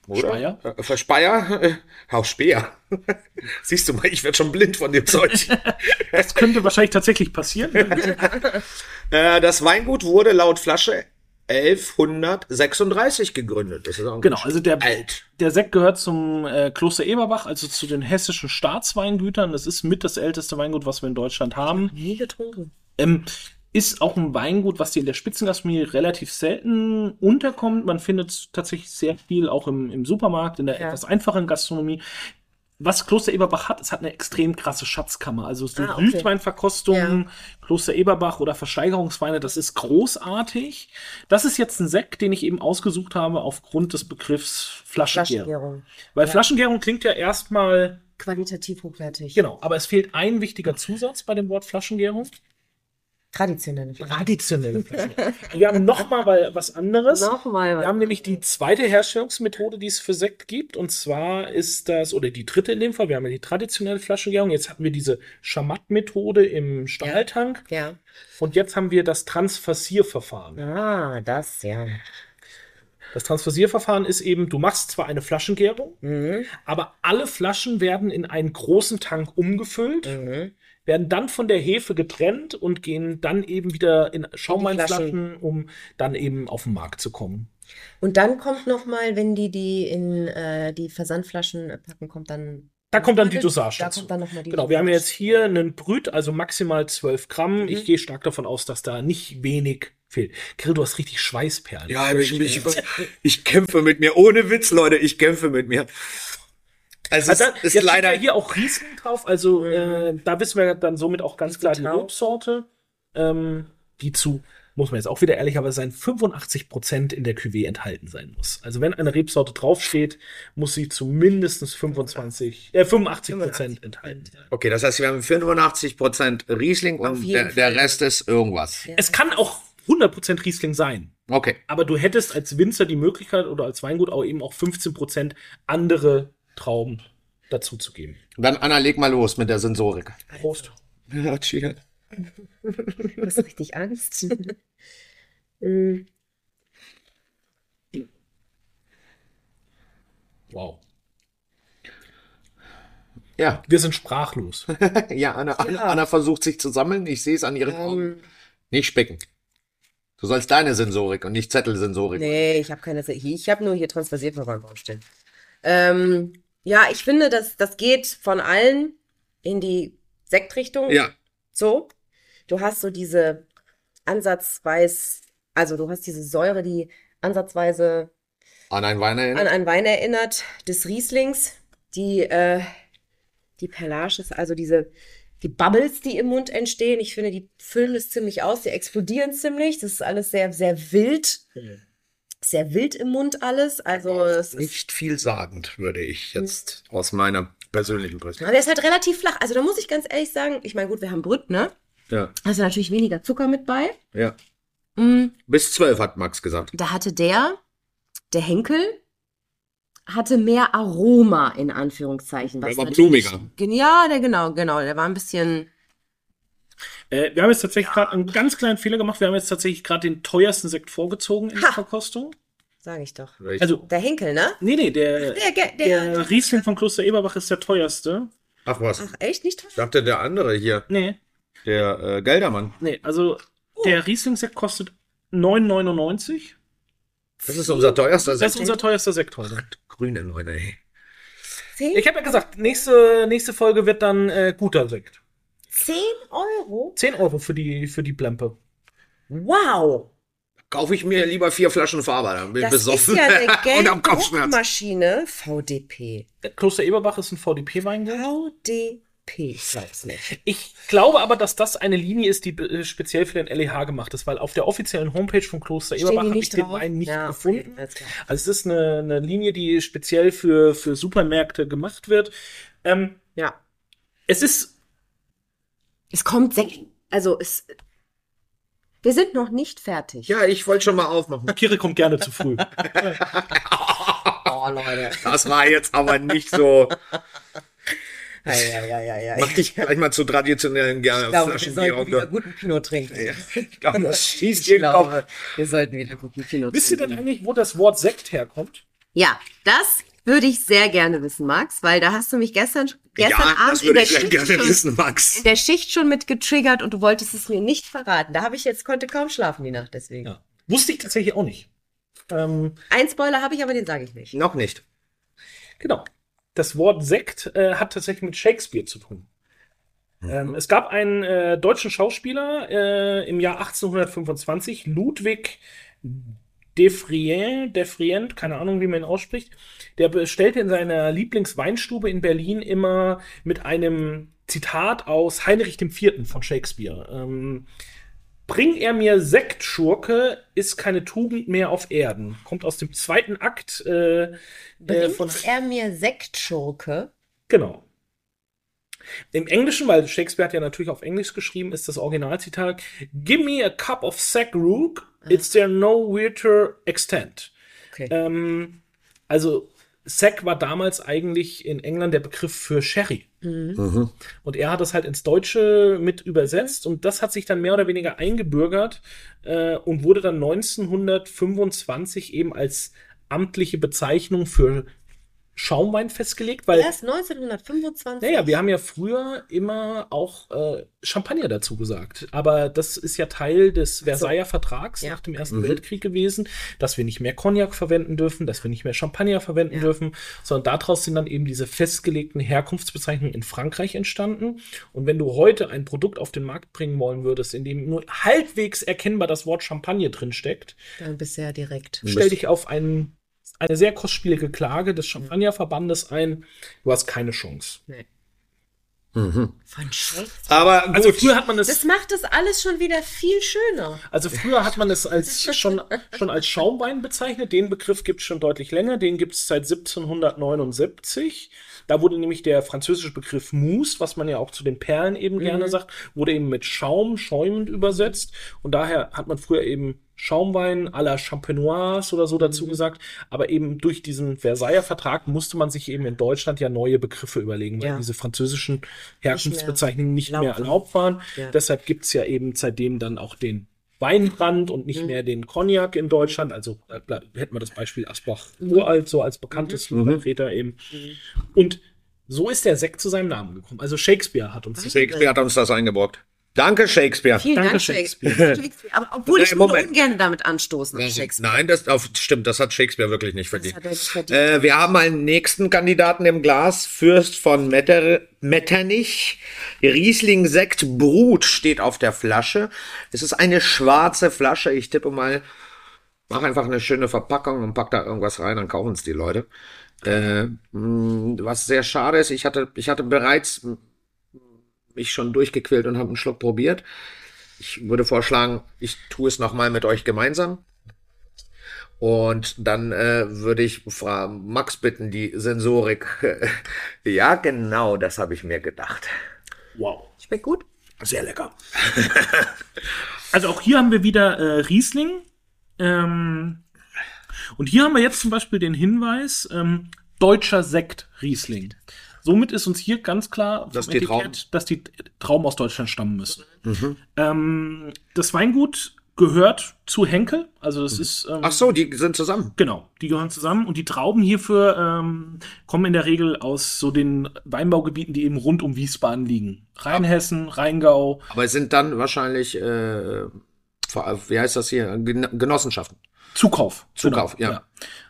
Speaker 1: Oder? Äh, Äh,
Speaker 3: Speyer?
Speaker 1: Speyer? (laughs) Äh, aus Speer. Siehst du mal, ich werde schon blind von dem Zeug.
Speaker 3: Das könnte wahrscheinlich tatsächlich
Speaker 1: (laughs)
Speaker 3: passieren.
Speaker 1: Äh, das Weingut wurde laut Flasche 1136 gegründet. Das ist auch
Speaker 3: genau, also der,
Speaker 1: alt.
Speaker 3: der Sekt gehört zum äh, Kloster Eberbach, also zu den hessischen Staatsweingütern. Das ist mit das älteste Weingut, was wir in Deutschland haben.
Speaker 2: Nie getrunken.
Speaker 3: Ähm, ist auch ein Weingut, was dir in der Spitzengastronomie relativ selten unterkommt. Man findet tatsächlich sehr viel auch im, im Supermarkt, in der
Speaker 2: Ja.
Speaker 3: etwas einfachen Gastronomie. Was Kloster Eberbach hat, es hat eine extrem krasse Schatzkammer. Also so
Speaker 2: Ah, okay.
Speaker 3: Süßweinverkostungen, Kloster Eberbach oder Versteigerungsweine, das ist großartig. Das ist jetzt ein Sekt, den ich eben ausgesucht habe aufgrund des Begriffs Flaschengärung.
Speaker 2: Flaschengärung.
Speaker 3: Weil Flaschengärung klingt ja erstmal,
Speaker 2: Qualitativ hochwertig.
Speaker 3: genau, aber es fehlt ein wichtiger Zusatz bei dem Wort Flaschengärung.
Speaker 2: Traditionelle Flaschen.
Speaker 3: Traditionelle Flaschen. Und wir haben nochmal was anderes.
Speaker 2: Nochmal was.
Speaker 3: Wir haben nämlich die zweite Herstellungsmethode, die es für Sekt gibt. Und zwar ist das, oder die dritte in dem Fall, wir haben ja die traditionelle Flaschengärung. Jetzt hatten wir diese Schamatt-Methode im Stahltank.
Speaker 2: Ja.
Speaker 3: Und jetzt haben wir das Transfassierverfahren.
Speaker 2: Ah, das, ja.
Speaker 3: Das Transfassierverfahren ist eben, du machst zwar eine Flaschengärung,
Speaker 2: Mhm.
Speaker 3: aber alle Flaschen werden in einen großen Tank umgefüllt,
Speaker 2: Mhm.
Speaker 3: werden dann von der Hefe getrennt und gehen dann eben wieder in Schaumweinflaschen, um dann eben auf den Markt zu kommen.
Speaker 2: Und dann kommt nochmal, wenn die die in äh, die Versandflaschen äh, packen, kommt dann.
Speaker 3: Da kommt dann die Dosage
Speaker 2: Da
Speaker 3: dazu.
Speaker 2: kommt dann nochmal die
Speaker 3: Genau, wir haben
Speaker 2: Dosage. Mhm.
Speaker 3: jetzt hier einen Brüt, also maximal 12 Gramm. Ich gehe stark davon aus, dass da nicht wenig fehlt. Grill, du hast richtig Schweißperlen.
Speaker 1: Ja, ich, ich, ich kämpfe mit mir. Ohne Witz, Leute, ich kämpfe mit mir. Also es
Speaker 3: Also dann,
Speaker 1: ist
Speaker 3: jetzt
Speaker 1: leider. Mhm.
Speaker 3: steht ja hier auch Riesling drauf, also äh, da wissen wir dann somit auch ganz klar die
Speaker 2: Trau.
Speaker 3: Obstsorte, ähm, die zu, muss man jetzt auch wieder ehrlich aber sein, 85% in der Cuvée enthalten sein muss. Also wenn eine Rebsorte draufsteht, muss sie zu mindestens 25, äh, 85% enthalten sein.
Speaker 1: Okay, das heißt, wir haben 85% Riesling
Speaker 2: Auf
Speaker 1: und
Speaker 2: jeden
Speaker 1: der, der Rest ist irgendwas.
Speaker 3: Es kann auch 100% Riesling sein,
Speaker 1: Okay.
Speaker 3: aber du hättest als Winzer die Möglichkeit oder als Weingut auch eben auch 15% andere Trauben dazuzugeben.
Speaker 1: Dann Anna, leg mal los mit der Sensorik.
Speaker 3: Prost.
Speaker 1: Ja, cheers.
Speaker 2: Du hast richtig Angst. (laughs) Mm,
Speaker 3: Wow.
Speaker 1: Ja, (laughs)
Speaker 3: Wir sind sprachlos.
Speaker 1: ja, Anna, Anna, Anna versucht sich zu sammeln. Ich sehe es an ihren Augen.
Speaker 2: ähm,
Speaker 1: Nicht spicken. Du sollst deine Sensorik und nicht Zettelsensorik.
Speaker 2: nee, ich habe keine. Se- Ich habe nur hier transversiert verfahren draufstehen. Ähm, ja, ich finde, das, das geht von allen in die Sektrichtung.
Speaker 1: Ja,
Speaker 2: So, du hast so diese ansatzweise, also du hast diese Säure, die ansatzweise
Speaker 1: an einen Wein
Speaker 2: an
Speaker 1: erinnert.
Speaker 2: einen Wein erinnert, des Rieslings, die, äh, die Perlage ist, also diese, die Bubbles, die im Mund entstehen. Ich finde, die füllen es ziemlich aus, die explodieren ziemlich. Das ist alles sehr, sehr wild. Sehr wild im Mund alles. Also, es ist,
Speaker 1: Nicht vielsagend, würde ich
Speaker 2: Hm.
Speaker 1: jetzt aus meiner persönlichen Perspektive.
Speaker 2: aber der ist halt relativ flach. Also, da muss ich ganz ehrlich sagen, ich meine, gut, wir haben Brüt, ne?
Speaker 1: Ja,
Speaker 2: Da ist natürlich weniger Zucker mit bei.
Speaker 1: ja.
Speaker 2: Mm.
Speaker 1: Bis zwölf hat Max gesagt.
Speaker 2: da hatte der, der Henkel, hatte mehr Aroma in Anführungszeichen.
Speaker 1: Der war
Speaker 2: natürlich-
Speaker 1: blumiger.
Speaker 2: Gen- Ja, der genau, genau. Der war ein bisschen.
Speaker 3: Äh, wir haben jetzt tatsächlich gerade einen ganz kleinen Fehler gemacht. Wir haben jetzt tatsächlich gerade den teuersten Sekt vorgezogen in der
Speaker 2: Ha.
Speaker 3: Verkostung.
Speaker 2: Sag ich doch.
Speaker 3: Also,
Speaker 2: Der Henkel, ne?
Speaker 3: nee, nee, der,
Speaker 2: Der, der,
Speaker 3: der,
Speaker 2: der
Speaker 3: Riesling von Kloster Eberbach ist der teuerste.
Speaker 1: Ach was,
Speaker 2: Ach, echt nicht teuer?
Speaker 1: dachte der andere hier,
Speaker 3: Nee,
Speaker 1: der äh, Geldermann.
Speaker 3: nee, also der Riesling-Sekt kostet 9,99.
Speaker 1: Das ist unser teuerster
Speaker 3: Das ist unser teuerster Sekt heute.
Speaker 1: grüne Neune, ey.
Speaker 2: Zehn,
Speaker 3: Ich habe ja gesagt, nächste, nächste Folge wird dann äh, guter Sekt.
Speaker 2: zehn Euro?
Speaker 3: 10 Euro für die, für die Plempe.
Speaker 2: Wow!
Speaker 1: Kaufe ich mir lieber vier Flaschen Faber, dann bin ich
Speaker 2: Das
Speaker 1: besoffen
Speaker 2: ist ja
Speaker 1: (laughs)
Speaker 2: eine
Speaker 1: und am Kopfschmerz.
Speaker 2: Gelddruckmaschine. VDP.
Speaker 3: Äh, Kloster Eberbach ist ein VDP-Weingut.
Speaker 2: VDP. Ich weiß nicht.
Speaker 3: Ich glaube aber, dass das eine Linie ist, die äh, speziell für den LEH gemacht ist, weil auf der offiziellen Homepage von Kloster Eberbach habe ich den Wein nicht
Speaker 2: Ja, okay,
Speaker 3: gefunden.
Speaker 2: alles klar.
Speaker 3: Also es ist eine, eine Linie, die speziell für, für Supermärkte gemacht wird. Ähm,
Speaker 2: Ja.
Speaker 3: es ist,
Speaker 2: Es kommt sechs. Also, es. Wir sind noch nicht fertig.
Speaker 1: Ja, ich wollte schon mal aufmachen.
Speaker 3: Kire kommt gerne
Speaker 2: (laughs)
Speaker 3: zu früh.
Speaker 2: Oh, Leute.
Speaker 1: Das war jetzt aber nicht so.
Speaker 2: Ja, ja, ja, ja, ja.
Speaker 1: Mach dich gleich mal zu traditionellen gerne
Speaker 2: Ich glaube, wir sollten wieder
Speaker 1: Flaschengärung.
Speaker 2: guten Pinot trinken.
Speaker 1: Ich glaube, das schießt
Speaker 2: Ich
Speaker 1: dir den Kopf.
Speaker 2: glaube, wir sollten wieder guten Pinot
Speaker 3: Wisst ihr denn
Speaker 2: trinken.
Speaker 3: eigentlich, wo das Wort Sekt herkommt?
Speaker 2: Ja, das würde ich sehr gerne wissen, Max, weil da hast du mich gestern, gestern
Speaker 1: Ja,
Speaker 2: Abend
Speaker 1: das
Speaker 2: in
Speaker 1: würde
Speaker 2: der,
Speaker 1: ich ja
Speaker 2: Schicht
Speaker 1: gerne
Speaker 2: schon,
Speaker 1: wissen, Max.
Speaker 2: (laughs) in der Schicht schon mit getriggert und du wolltest es mir nicht verraten. Da habe ich jetzt, konnte kaum schlafen die Nacht deswegen.
Speaker 3: Ja. Wusste ich tatsächlich auch nicht. Ähm,
Speaker 2: Ein Spoiler habe ich, aber den sage ich nicht.
Speaker 1: Noch nicht.
Speaker 3: Genau. Das Wort Sekt äh, hat tatsächlich mit Shakespeare zu tun. Ähm, es gab einen äh, deutschen Schauspieler äh, im Jahr 1825, Ludwig Defrient, Defrient, keine Ahnung, wie man ihn ausspricht, der bestellte in seiner Lieblingsweinstube in Berlin immer mit einem Zitat aus Heinrich IV. von Shakespeare. Ähm, Bring er mir Sekt, Schurke, ist keine Tugend mehr auf Erden. Kommt aus dem zweiten Akt äh, äh,
Speaker 2: Bringt
Speaker 3: von
Speaker 2: er mir Sektschurke?
Speaker 3: Genau. Im Englischen, weil Shakespeare hat ja natürlich auf Englisch geschrieben, ist das Originalzitat: Give me a cup of sack rook, it's there no weirder extent.
Speaker 2: Okay.
Speaker 3: Ähm, also, Sack war damals eigentlich in England der Begriff für Sherry. Und er hat das halt ins Deutsche mit übersetzt und das hat sich dann mehr oder weniger eingebürgert äh, und wurde dann 1925 eben als amtliche Bezeichnung für Schaumwein festgelegt, weil
Speaker 2: Erst 1925.
Speaker 3: naja, wir haben ja früher immer auch äh, Champagner dazu gesagt. Aber das ist ja Teil des Versailler Vertrags
Speaker 2: Ja.
Speaker 3: nach dem Ersten Weltkrieg gewesen, dass wir nicht mehr Cognac verwenden dürfen, dass wir nicht mehr Champagner verwenden
Speaker 2: Ja.
Speaker 3: dürfen, sondern daraus sind dann eben diese festgelegten Herkunftsbezeichnungen in Frankreich entstanden. Und wenn du heute ein Produkt auf den Markt bringen wollen würdest, in dem nur halbwegs erkennbar das Wort Champagner drinsteckt,
Speaker 2: Dann bisher direkt.
Speaker 3: stell dich auf einen, eine sehr kostspielige Klage des Champagnerverbandes ein. Du hast keine Chance.
Speaker 2: Nee.
Speaker 1: Mhm.
Speaker 2: Von Scheiße.
Speaker 1: Aber gut.
Speaker 3: Also früher hat man
Speaker 2: Das
Speaker 3: es,
Speaker 2: macht das alles schon wieder viel schöner.
Speaker 3: also früher hat man es als schon, schon als Schaumwein bezeichnet. Den Begriff gibt es schon deutlich länger. Den gibt es seit 1779. Da wurde nämlich der französische Begriff Mousse, was man ja auch zu den Perlen eben gerne sagt, wurde eben mit Schaum, schäumend übersetzt. Und daher hat man früher eben Schaumwein à la Champenoise oder so dazu gesagt. Aber eben durch diesen Versailler Vertrag musste man sich eben in Deutschland ja neue Begriffe überlegen, weil
Speaker 2: Ja.
Speaker 3: diese französischen Herkunftsbezeichnungen nicht mehr
Speaker 2: erlaubt waren.
Speaker 3: erlaubt waren.
Speaker 2: Ja.
Speaker 3: Deshalb gibt es ja eben seitdem dann auch den Weinbrand und
Speaker 2: Mhm.
Speaker 3: nicht mehr den Cognac in Deutschland. Also äh, ble- hätten wir das Beispiel Asbach
Speaker 2: Mhm.
Speaker 3: uralt so als bekanntes Vertreter eben. Und so ist der Sekt zu seinem Namen gekommen. Also Shakespeare hat
Speaker 2: Ah.
Speaker 3: uns das.
Speaker 1: Shakespeare hat uns das eingebrockt. Danke, Shakespeare.
Speaker 2: Vielen
Speaker 3: Danke,
Speaker 2: Dank, Shakespeare.
Speaker 1: (laughs)
Speaker 2: Shakespeare. Aber obwohl ich
Speaker 1: Äh,
Speaker 2: äh,
Speaker 1: Moment.
Speaker 2: ungern damit anstoßen, auf Shakespeare.
Speaker 1: Nein, das auf, stimmt, das hat Shakespeare wirklich nicht verdient.
Speaker 2: hat er nicht verdient.
Speaker 1: Äh, wir haben einen nächsten Kandidaten im Glas, Fürst von Metter, Metternich. Riesling Sekt Brut steht auf der Flasche. Es ist eine schwarze Flasche. Ich tippe mal, mach einfach eine schöne Verpackung und pack da irgendwas rein, dann kaufen es die Leute. Äh, mh, was sehr schade ist, ich hatte, ich hatte bereits mh, mich schon durchgequält und habe einen Schluck probiert. Ich würde vorschlagen, ich tue es nochmal mit euch gemeinsam. Und dann äh, würde ich Frau Max bitten, die Sensorik. (laughs) ja, genau, das habe ich mir gedacht.
Speaker 3: Wow.
Speaker 2: Schmeckt gut.
Speaker 3: Sehr lecker. also auch hier haben wir wieder äh, Riesling. Ähm, und hier haben wir jetzt zum Beispiel den Hinweis, ähm, deutscher Sekt Riesling. Somit ist uns hier ganz klar vom
Speaker 1: Dass die Mhm. Trauben-
Speaker 3: dass die Trauben aus Deutschland stammen müssen. Ähm, das Weingut gehört zu Henkel, also das ist ähm,
Speaker 1: Mhm. Ach so, die sind zusammen.
Speaker 3: Genau, die gehören zusammen und die Trauben hierfür ähm, kommen in der Regel aus so den Weinbaugebieten, die eben rund um Wiesbaden liegen. Rheinhessen, Rheingau.
Speaker 1: Aber es sind dann wahrscheinlich, äh, ver- wie heißt das hier, Gen Genossenschaften.
Speaker 3: Zukauf. Genau.
Speaker 1: Zukauf, ja.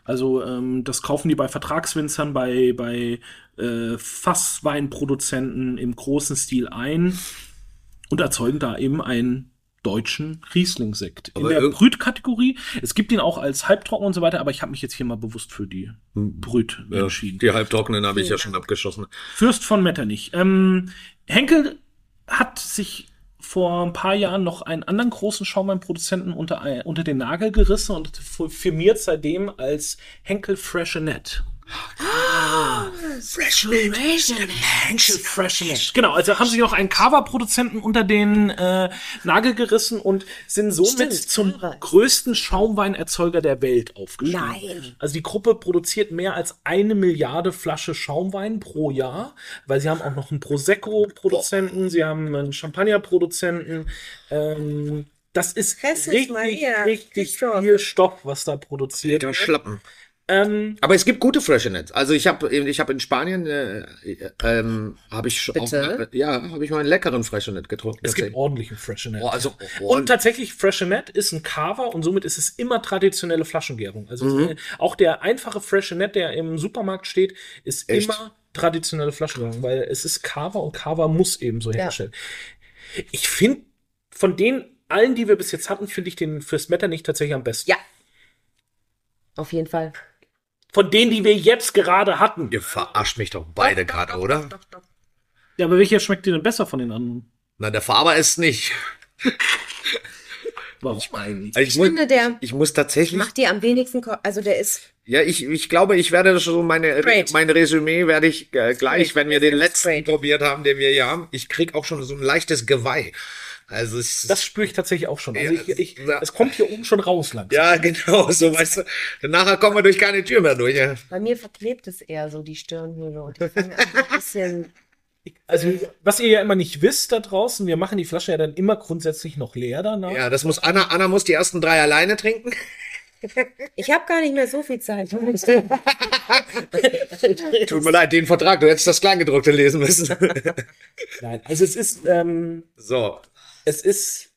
Speaker 3: Also ähm, das kaufen die bei Vertragswinzern, bei, bei äh, Fassweinproduzenten im großen Stil ein und erzeugen da eben einen deutschen Rieslingsekt. In
Speaker 1: Aber
Speaker 3: der
Speaker 1: irg-
Speaker 3: Brütkategorie. Es gibt ihn auch als halbtrocken und so weiter, aber ich habe mich jetzt hier mal bewusst für die
Speaker 1: Hm.
Speaker 3: Brüt entschieden.
Speaker 1: Die halbtrockenen habe ich ja schon abgeschossen.
Speaker 3: Fürst von Metternich. Ähm, Henkel hat sich vor ein paar Jahren noch einen anderen großen Schaumweinproduzenten unter, ein- unter den Nagel gerissen und f- firmiert seitdem als Henkel Freshenet. Henkel Freshenet. Genau, also haben sie noch einen Cava-Produzenten unter den äh, Nagel gerissen und sind somit
Speaker 2: Stimmt,
Speaker 3: zum
Speaker 2: Cava ist-
Speaker 3: größten Schaumweinerzeuger der Welt aufgestiegen.
Speaker 2: Nein.
Speaker 3: Also die Gruppe produziert mehr als eine Milliarde Flasche Schaumwein pro Jahr, weil sie haben auch noch einen Prosecco-Produzenten, sie haben einen Champagner-Produzenten. Ähm, das ist
Speaker 2: Jesus
Speaker 3: richtig,
Speaker 2: Maria,
Speaker 3: richtig
Speaker 2: Christoph.
Speaker 3: viel Stoff, was da produziert
Speaker 1: Ja,
Speaker 3: wird.
Speaker 1: Schlappen.
Speaker 3: Ähm,
Speaker 1: Aber es gibt gute Freshenets. Also ich habe ich hab in Spanien, äh, äh, ähm, habe ich schon auch,
Speaker 2: Bitte?
Speaker 1: ja, habe ich mal einen leckeren Freshenet getrunken.
Speaker 3: es gibt ordentlichen Freshenet.
Speaker 1: oh, also, oh,
Speaker 3: Und tatsächlich, Freshenet ist ein Carver und somit ist es immer traditionelle Flaschengärung. Also
Speaker 1: Mhm.
Speaker 3: äh, auch der einfache Freshenet, der im Supermarkt steht, ist
Speaker 1: Echt?
Speaker 3: immer traditionelle Flaschengärung, weil es ist Carver und Carver muss eben so herstellen. Ich finde, von den allen, die wir bis jetzt hatten, finde ich den Fürst Metternich tatsächlich am besten.
Speaker 2: Ja. Auf jeden Fall.
Speaker 3: Von denen, die wir jetzt gerade hatten.
Speaker 1: ihr verarscht mich doch beide gerade, oder?
Speaker 3: Ja, aber welcher schmeckt dir denn besser von den anderen?
Speaker 1: Na, der Faber ist nicht.
Speaker 3: Warum eigentlich?
Speaker 1: Also ich,
Speaker 2: Ich
Speaker 1: muss,
Speaker 2: finde, der-
Speaker 1: ich muss tatsächlich.
Speaker 2: Macht dir am wenigsten, Ko- also der ist,
Speaker 1: Ja, ich, ich glaube, ich werde das so meine,
Speaker 2: Great.
Speaker 1: mein Resümee werde ich äh, gleich,
Speaker 2: Great.
Speaker 1: wenn wir den letzten
Speaker 2: Great.
Speaker 1: probiert haben, den wir hier haben. Ich krieg auch schon so ein leichtes Geweih. Also ich,
Speaker 3: Das spüre ich tatsächlich auch schon. Also
Speaker 1: Ja,
Speaker 3: ich, ich,
Speaker 1: ja.
Speaker 3: es kommt hier oben schon raus langsam.
Speaker 1: ja, (laughs) genau, so weißt du. Nachher kommen wir durch keine Tür mehr durch. Ja.
Speaker 2: bei mir verklebt es eher so die Stirnhöhle und ich fange an, ein bisschen,
Speaker 3: Also, was ihr ja immer nicht wisst da draußen, wir machen die Flasche ja dann immer grundsätzlich noch leer danach.
Speaker 1: ja, das muss Anna. Anna muss die ersten drei alleine trinken.
Speaker 2: ich habe gar nicht mehr so
Speaker 1: (laughs)
Speaker 2: viel Zeit.
Speaker 1: Tut mir leid, den Vertrag, du hättest das Kleingedruckte lesen müssen. (laughs)
Speaker 3: Nein, also es ist, ähm,
Speaker 1: so.
Speaker 3: es ist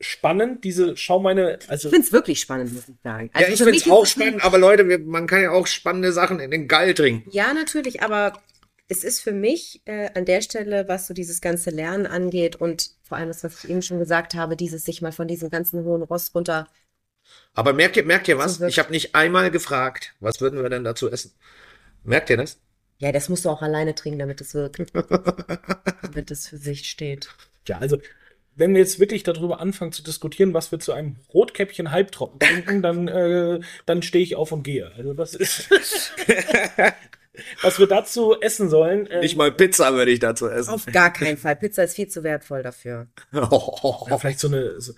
Speaker 3: spannend, diese, schau meine, also
Speaker 2: Ich finde es wirklich spannend, muss ich sagen. Also
Speaker 1: Ja, ich
Speaker 2: für
Speaker 1: find's
Speaker 2: mich ist
Speaker 1: auch
Speaker 2: es-
Speaker 1: spannend, aber Leute, wir, man kann ja auch spannende Sachen in den Gall trinken.
Speaker 2: Ja, natürlich, aber es ist für mich äh, an der Stelle, was so dieses ganze Lernen angeht und vor allem das, was ich eben schon gesagt habe, dieses sich mal von diesem ganzen hohen Ross runter.
Speaker 1: Aber merkt ihr, merkt ihr was?
Speaker 2: So wirkt-
Speaker 1: Ich habe nicht einmal gefragt, was würden wir denn dazu essen? Merkt ihr das?
Speaker 2: Ja, das musst du auch alleine trinken, damit es (laughs) wirkt. Damit es für sich steht.
Speaker 3: ja, also wenn wir jetzt wirklich darüber anfangen zu diskutieren, was wir zu einem Rotkäppchen halbtrocken trinken, dann, äh, dann stehe ich auf und gehe. Also das ist, (laughs) was wir dazu essen sollen. äh,
Speaker 1: Ähm, Nicht mal Pizza würde ich dazu (laughs) essen. Oh,
Speaker 2: Auf gar keinen Fall. Pizza ist viel zu wertvoll dafür.
Speaker 3: Ja, vielleicht so eine. So,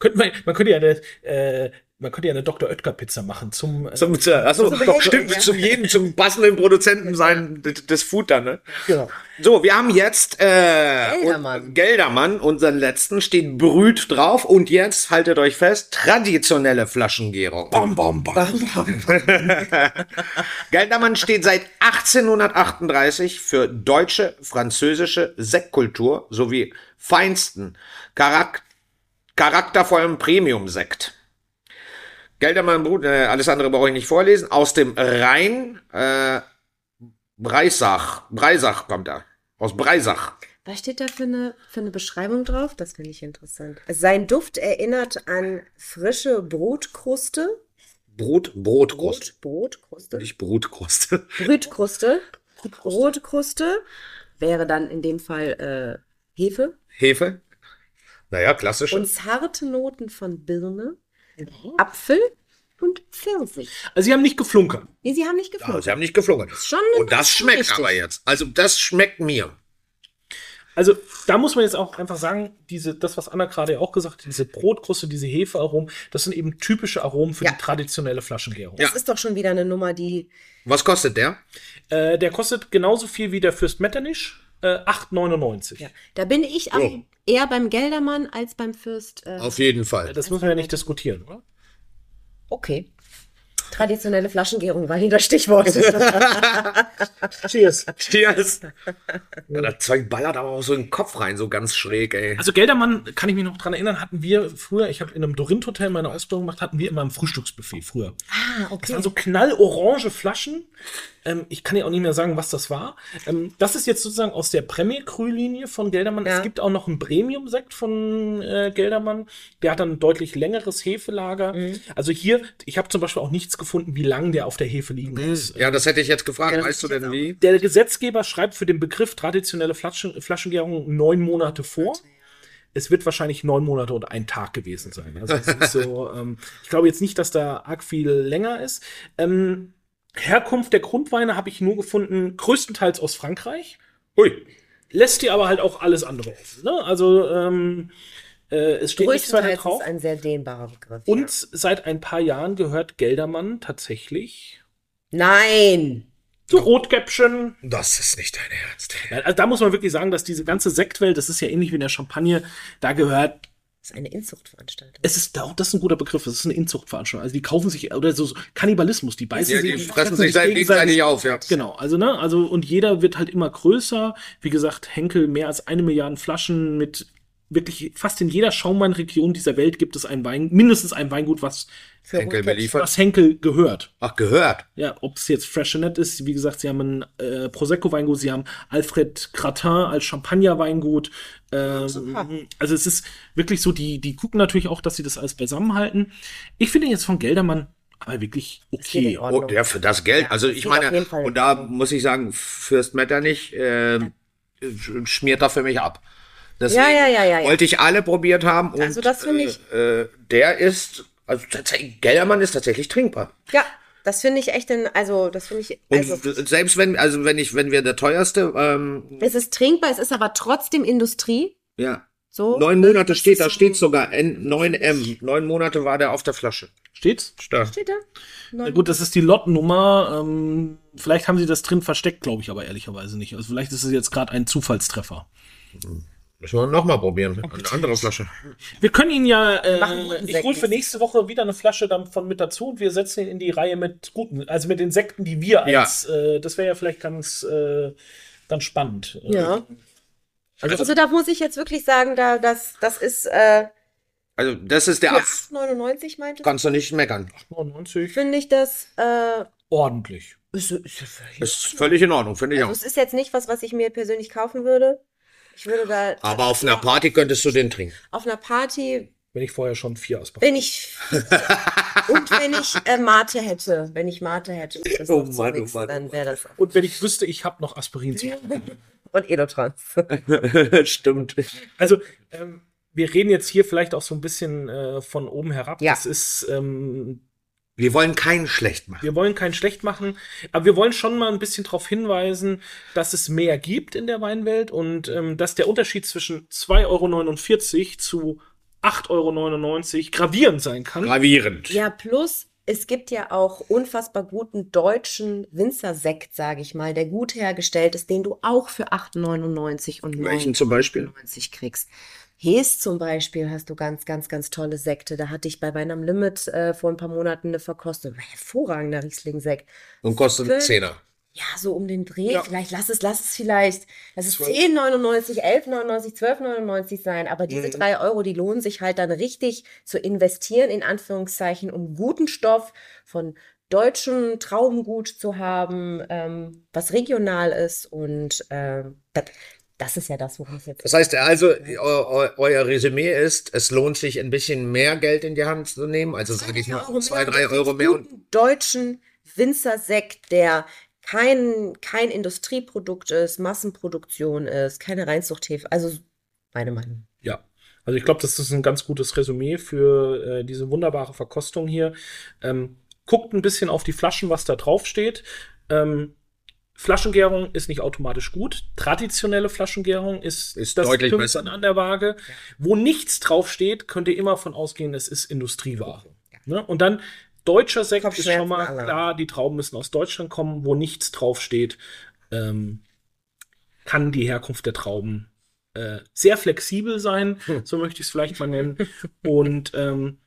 Speaker 3: könnte man, man könnte ja eine, äh, man könnte ja eine Dr. Oetker Pizza machen zum. Äh,
Speaker 1: Zum, also,
Speaker 2: Zum
Speaker 1: doch,
Speaker 2: Behälter,
Speaker 1: stimmt,
Speaker 2: ja.
Speaker 1: zum jeden, zum passenden Produzenten sein, d- das Food dann, ne?
Speaker 3: genau.
Speaker 1: So, wir haben jetzt, äh,
Speaker 2: Geldermann.
Speaker 1: und- Geldermann, unseren letzten, steht Brüt drauf und jetzt, haltet euch fest, traditionelle Flaschengärung. Bom, bom, bom. (laughs) Geldermann steht seit 1838 für deutsche, französische Sektkultur sowie feinsten, charak charaktervollen Premium-Sekt. Geldermann Brut, äh, alles andere brauche ich nicht vorlesen, aus dem Rhein, äh, Breisach, Breisach kommt er. Aus Breisach.
Speaker 2: Was steht da für eine, für eine Beschreibung drauf? Das finde ich interessant. Sein Duft erinnert an frische Brotkruste.
Speaker 1: Brot, Brotkruste.
Speaker 2: Brot, Brotkruste.
Speaker 1: Nicht Brotkruste.
Speaker 2: Brütkruste. Brotkruste wäre dann in dem Fall äh, Hefe
Speaker 1: (laughs) Hefe. Naja, klassisch.
Speaker 2: und zarte Noten von Birne, Apfel und Pfirsich.
Speaker 3: Also sie haben nicht geflunkert.
Speaker 2: Nee, sie haben nicht
Speaker 1: Ja,
Speaker 2: geflucht.
Speaker 1: Ah, sie haben nicht geflogen.
Speaker 2: Schon eine
Speaker 1: Und das schmeckt
Speaker 2: richtig.
Speaker 1: aber jetzt. Also das schmeckt mir.
Speaker 3: Also da muss man jetzt auch einfach sagen, diese, das, was Anna gerade ja auch gesagt hat, diese Brotkruste, diese Hefearomen, das sind eben typische Aromen für
Speaker 2: Ja.
Speaker 3: die traditionelle Flaschengärung.
Speaker 2: Das ist doch schon wieder eine Nummer, die
Speaker 1: Was kostet der?
Speaker 3: Äh, der kostet genauso viel wie der Fürst Metternich, äh, 8,99.
Speaker 2: Ja, da bin ich am,
Speaker 1: Oh.
Speaker 2: eher beim Geldermann als beim Fürst. Äh,
Speaker 1: Auf jeden Fall.
Speaker 3: Das müssen wir ja nicht diskutieren, oder?
Speaker 2: okay. Traditionelle Flaschengärung war hier das Stichwort.
Speaker 3: Cheers.
Speaker 2: (laughs)
Speaker 1: Cheers. Ja, das Zeug ballert aber auch so in den Kopf rein, so ganz schräg, ey.
Speaker 3: Also Geldermann, kann ich mich noch dran erinnern, hatten wir früher, ich habe in einem Dorint-Hotel meine Ausbildung gemacht, hatten wir immer ein Frühstücksbuffet früher.
Speaker 2: ah, (laughs)
Speaker 3: Das
Speaker 2: okay.
Speaker 3: waren so knallorange Flaschen. Ähm, ich kann ja auch nicht mehr sagen, was das war. Ähm, das ist jetzt sozusagen aus der Premier-Krü-Linie von Geldermann.
Speaker 2: Ja.
Speaker 3: Es gibt auch noch einen Premium-Sekt von äh, Geldermann. Der hat dann ein deutlich längeres Hefelager.
Speaker 2: Mhm.
Speaker 3: Also hier, ich habe zum Beispiel auch nichts gefunden, wie lang der auf der Hefe liegen muss.
Speaker 1: Ja, das hätte ich jetzt gefragt.
Speaker 2: Ja, das genau.
Speaker 1: weißt du
Speaker 2: hätte ich
Speaker 1: denn wie?
Speaker 3: Der Gesetzgeber schreibt für den Begriff traditionelle Flaschen, Flaschengärung neun Monate vor. Es wird wahrscheinlich neun Monate und ein Tag gewesen sein. Also es
Speaker 2: (laughs)
Speaker 3: ist so, ähm, ich glaube jetzt nicht, dass da arg viel länger ist. Ähm, Herkunft der Grundweine habe ich nur gefunden, größtenteils aus Frankreich.
Speaker 1: Hui.
Speaker 3: Lässt dir aber halt auch alles andere offen. Ne? Also ähm, äh, es steht nichts weiter
Speaker 2: Größtenteils
Speaker 3: drauf.
Speaker 2: ist ein sehr dehnbarer Begriff.
Speaker 3: Und
Speaker 2: ja.
Speaker 3: seit ein paar Jahren gehört Geldermann tatsächlich
Speaker 2: Nein!
Speaker 3: zu Rotkäppchen.
Speaker 1: Das ist nicht dein Ernst.
Speaker 3: Ja, Also da muss man wirklich sagen, dass diese ganze Sektwelt, das ist ja ähnlich wie in der Champagne, da gehört,
Speaker 2: Das ist eine Inzuchtveranstaltung.
Speaker 3: es ist auch das ist ein guter Begriff, es ist eine Inzuchtveranstaltung. Also die kaufen sich oder so, so Kannibalismus, die beißen
Speaker 1: Ja,
Speaker 3: sich,
Speaker 1: die fressen sich gegenseitig, gegenseitig auf, ja.
Speaker 3: Genau, also ne, also und jeder wird halt immer größer. Wie gesagt, Henkel mehr als eine Milliarde Flaschen mit wirklich fast in jeder Schaumweinregion dieser Welt gibt es ein Wein, mindestens ein Weingut, was
Speaker 2: Für
Speaker 1: Enkel
Speaker 2: Rotkäppchen.
Speaker 1: beliefert.
Speaker 3: was Henkel gehört.
Speaker 1: Ach, gehört.
Speaker 3: Ja, ob es jetzt Freshenet ist, wie gesagt, sie haben ein äh, Prosecco-Weingut, sie haben Alfred Gratin als Champagner-Weingut. Ähm, also es ist wirklich so, die, die gucken natürlich auch, dass sie das alles beisammenhalten. Ich finde jetzt von Geldermann aber wirklich
Speaker 2: geht in
Speaker 3: okay.
Speaker 2: Ordnung.
Speaker 1: Oh, ja, für das Geld. also ich
Speaker 2: geht auf
Speaker 1: meine,
Speaker 2: jeden Fall.
Speaker 1: und da muss ich sagen, Fürst Metternich äh, sch- schmiert da ähm, für mich ab. Deswegen
Speaker 2: Ja, ja, ja, ja, ja.
Speaker 1: wollte ich alle probiert haben. Und,
Speaker 2: Also das finde ich-
Speaker 1: Äh, äh, der ist, also tatsächlich, Gellermann ist tatsächlich trinkbar.
Speaker 2: Ja, das finde ich echt, in, also das finde ich,
Speaker 1: Und
Speaker 2: also
Speaker 1: selbst wenn, also wenn ich, wenn wir der teuerste, ähm,
Speaker 2: es ist trinkbar, es ist aber trotzdem Industrie.
Speaker 1: ja,
Speaker 2: So.
Speaker 1: neun Monate steht, da
Speaker 2: ist-
Speaker 1: steht sogar N, 9M. Neun Monate war der auf der Flasche.
Speaker 3: Steht's?
Speaker 1: Da.
Speaker 2: Steht da?
Speaker 3: Na
Speaker 2: Neun-
Speaker 3: gut, das ist die Lotnummer. Ähm, vielleicht haben sie das drin versteckt, glaube ich aber ehrlicherweise nicht. Also vielleicht ist es jetzt gerade ein Zufallstreffer.
Speaker 1: Müssen wir nochmal probieren. Eine andere Flasche.
Speaker 3: Wir können ihn ja.
Speaker 2: machen einen
Speaker 3: Äh,
Speaker 2: guten
Speaker 3: ich
Speaker 2: Sekt
Speaker 3: hole für
Speaker 2: jetzt.
Speaker 3: nächste Woche wieder eine Flasche davon mit dazu und wir setzen ihn in die Reihe mit guten, also mit Insekten, die wir
Speaker 1: Ja.
Speaker 3: als. Äh, das wäre ja vielleicht ganz, äh, ganz spannend. Äh,
Speaker 2: Ja.
Speaker 3: Also,
Speaker 2: Also da muss ich jetzt wirklich sagen, da das, das ist äh,
Speaker 1: Also, das ist der
Speaker 2: für
Speaker 1: Abs.
Speaker 2: 8,99 meinte
Speaker 1: Kannst du nicht meckern.
Speaker 3: 99.
Speaker 2: finde ich das, äh,
Speaker 3: Ordentlich.
Speaker 2: ist, ist, ist,
Speaker 1: Ist völlig in Ordnung, finde ich
Speaker 2: also
Speaker 1: auch.
Speaker 2: es ist jetzt nicht was, was ich mir persönlich kaufen würde. Ich würde da
Speaker 1: Aber auf einer Party könntest du den trinken.
Speaker 2: auf einer Party,
Speaker 3: Wenn ich vorher schon vier auspacke.
Speaker 2: wenn
Speaker 1: (laughs)
Speaker 2: ich und wenn ich äh, Mate hätte, wenn ich Mate hätte, um das
Speaker 1: Oh
Speaker 2: noch zu
Speaker 1: Mann, oh
Speaker 2: mixen,
Speaker 1: Mann, oh
Speaker 2: dann wäre das
Speaker 3: Und wenn ich wüsste, ich habe noch Aspirin zu
Speaker 2: und Edotrans.
Speaker 1: Stimmt.
Speaker 3: Also, ähm, wir reden jetzt hier vielleicht auch so ein bisschen äh, von oben herab.
Speaker 2: Ja.
Speaker 3: Das ist, ähm,
Speaker 1: Wir wollen keinen schlecht machen.
Speaker 3: wir wollen keinen schlecht machen, aber wir wollen schon mal ein bisschen darauf hinweisen, dass es mehr gibt in der Weinwelt und ähm, dass der Unterschied zwischen 2,49 Euro zu 8,99 Euro gravierend sein kann.
Speaker 1: Gravierend.
Speaker 2: Ja, plus es gibt ja auch unfassbar guten deutschen Winzersekt, sage ich mal, der gut hergestellt ist, den du auch für 8,99 und
Speaker 1: Welchen zum Beispiel?
Speaker 2: 9,99 kriegst. Hees zum Beispiel hast du ganz, ganz, ganz tolle Sekte. Da hatte ich bei Wein am Limit äh, vor ein paar Monaten eine Verkostung. Hervorragender Riesling-Sekt.
Speaker 1: Und kostet einen Zehner.
Speaker 2: Ja, so um den Dreh.
Speaker 3: Ja.
Speaker 2: Vielleicht lass es, lass es vielleicht. Lass es 10,99, 11,99, 12,99 sein. Aber
Speaker 1: Mhm.
Speaker 2: diese drei Euro, die lohnen sich halt dann richtig zu investieren, in Anführungszeichen, um guten Stoff von deutschem Traubengut zu haben, ähm, was regional ist. Und ähm, das, das ist ja das, worum es jetzt
Speaker 1: Das heißt also, eu, eu, euer Resümee ist, es lohnt sich ein bisschen mehr Geld in die Hand zu nehmen. Also sage ich mal, zwei, drei Euro mehr. Und
Speaker 2: guten deutschen Winzersekt, der kein, kein Industrieprodukt ist, Massenproduktion ist, keine Reinzuchthefe. Also meine Meinung.
Speaker 3: Ja. Also ich glaube, das ist ein ganz gutes Resümee für äh, diese wunderbare Verkostung hier. Ähm, guckt ein bisschen auf die Flaschen, was da drauf steht. Ähm, Flaschengärung ist nicht automatisch gut. Traditionelle Flaschengärung ist,
Speaker 1: Ist deutlich
Speaker 3: Pünktchen
Speaker 1: besser.
Speaker 3: an der Waage. Wo nichts draufsteht, könnt ihr immer von ausgehen, es ist Industrieware. Ne? Und dann deutscher Sekt ist
Speaker 2: Kopfschmerzen
Speaker 3: schon mal
Speaker 2: aller.
Speaker 3: klar, die Trauben müssen aus Deutschland kommen. Wo nichts draufsteht, ähm, kann die Herkunft der Trauben äh, sehr flexibel sein, so möchte ich es vielleicht mal nennen. Und ähm,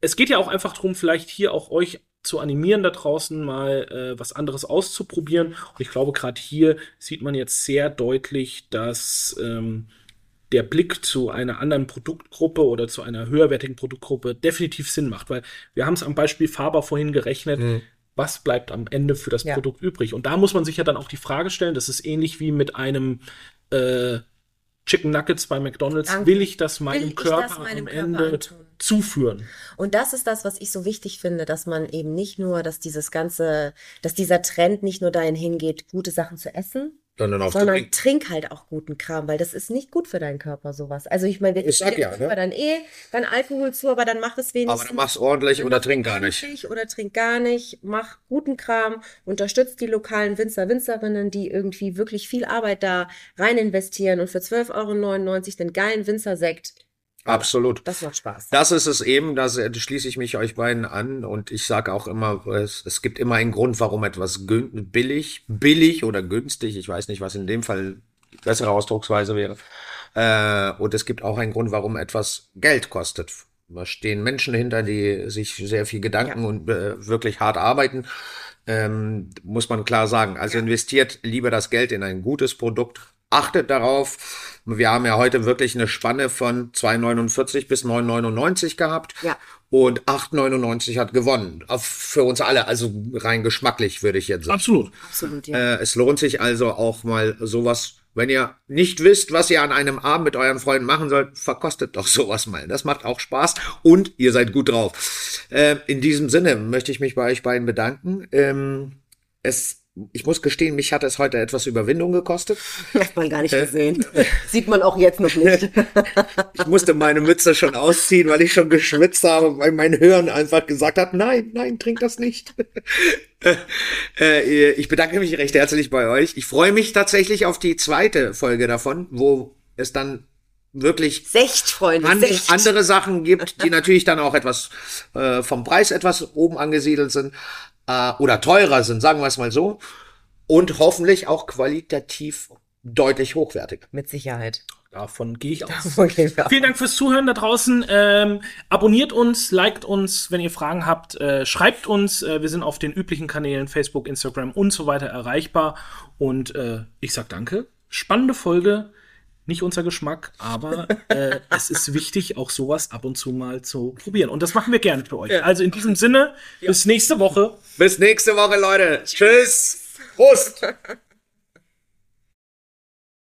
Speaker 3: es geht ja auch einfach darum, vielleicht hier auch euch zu animieren, da draußen mal äh, was anderes auszuprobieren. Und ich glaube, gerade hier sieht man jetzt sehr deutlich, dass ähm, der Blick zu einer anderen Produktgruppe oder zu einer höherwertigen Produktgruppe definitiv Sinn macht, weil wir haben es am Beispiel Faber vorhin gerechnet. Was bleibt am Ende für das
Speaker 2: Ja.
Speaker 3: Produkt übrig? Und da muss man sich ja dann auch die Frage stellen, das ist ähnlich wie mit einem äh, Chicken Nuggets bei McDonald's,
Speaker 2: Danke.
Speaker 3: will ich das meinem
Speaker 2: Will ich das
Speaker 3: Körper
Speaker 2: meinem
Speaker 3: am
Speaker 2: Körper
Speaker 3: Ende
Speaker 2: antun?
Speaker 3: zuführen?
Speaker 2: Und das ist das, was ich so wichtig finde, dass man eben nicht nur, dass dieses ganze, dass dieser Trend nicht nur dahin hingeht, gute Sachen zu essen,
Speaker 1: Sondern auf
Speaker 2: sondern
Speaker 1: den
Speaker 2: trink halt auch guten Kram, weil das ist nicht gut für deinen Körper, sowas. Also ich meine, wir
Speaker 1: Ich sag
Speaker 2: trinken
Speaker 1: ja,
Speaker 2: dem
Speaker 1: ne?
Speaker 2: Körper dann eh dann Alkohol zu, aber dann mach es
Speaker 1: Aber dann
Speaker 2: wenigstens
Speaker 1: mach's ordentlich oder trink gar nicht.
Speaker 2: ordentlich oder trink gar nicht, mach guten Kram, unterstützt die lokalen Winzer, Winzerinnen, die irgendwie wirklich viel Arbeit da rein investieren und für 12,99 Euro den geilen Winzersekt,
Speaker 1: Absolut.
Speaker 2: das macht Spaß.
Speaker 1: Das ist es eben, da se- schließe ich mich euch beiden an und ich sage auch immer, es, es gibt immer einen Grund, warum etwas gün- billig, billig oder günstig, ich weiß nicht, was in dem Fall die bessere Ausdrucksweise wäre. Äh, und es gibt auch einen Grund, warum etwas Geld kostet. Da stehen Menschen hinter, die sich sehr viel Gedanken und äh, wirklich hart arbeiten. Ähm, muss man klar sagen. Also investiert lieber das Geld in ein gutes Produkt. Achtet darauf. Wir haben ja heute wirklich eine Spanne von 2,49 bis 9,99 gehabt.
Speaker 2: Ja.
Speaker 1: Und 8,99 hat gewonnen. Auf, für uns alle. Also rein geschmacklich, würde ich jetzt sagen.
Speaker 3: Absolut.
Speaker 2: Absolut, ja.
Speaker 1: Äh, es lohnt sich also auch mal sowas. Wenn ihr nicht wisst, was ihr an einem Abend mit euren Freunden machen sollt, verkostet doch (laughs) sowas mal. Das macht auch Spaß und ihr seid gut drauf. Äh, in diesem Sinne möchte ich mich bei euch beiden bedanken. Ähm, es ich muss gestehen, mich hat es heute etwas Überwindung gekostet.
Speaker 2: (laughs) Hat man gar nicht gesehen. Sieht man auch jetzt noch nicht.
Speaker 1: (laughs) Ich musste meine Mütze schon ausziehen, weil ich schon geschwitzt habe, weil mein Hören einfach gesagt hat, nein, nein, trink das nicht. Äh, ich bedanke mich recht herzlich bei euch. Ich freue mich tatsächlich auf die zweite Folge davon, wo es dann wirklich
Speaker 2: Secht, Freunde,
Speaker 1: an,
Speaker 2: secht.
Speaker 1: andere Sachen gibt, die natürlich dann auch etwas äh, vom Preis etwas oben angesiedelt sind äh, oder teurer sind, sagen wir es mal so. Und hoffentlich auch qualitativ deutlich hochwertig.
Speaker 2: Mit Sicherheit. (laughs)
Speaker 3: Davon gehe ich aus.
Speaker 2: Okay, ja.
Speaker 3: Vielen Dank fürs Zuhören da draußen. Ähm, abonniert uns, liked uns, wenn ihr Fragen habt, äh, schreibt uns. Äh, wir sind auf den üblichen Kanälen Facebook, Instagram und so weiter erreichbar. Und äh, ich sag danke. Spannende Folge. Nicht unser Geschmack,
Speaker 2: (laughs)
Speaker 3: aber äh, es ist wichtig, auch sowas ab und zu mal zu probieren. Und das machen wir gerne für euch. Also in diesem Sinne, bis nächste Woche.
Speaker 1: Bis nächste Woche, Leute. Tschüss. Prost.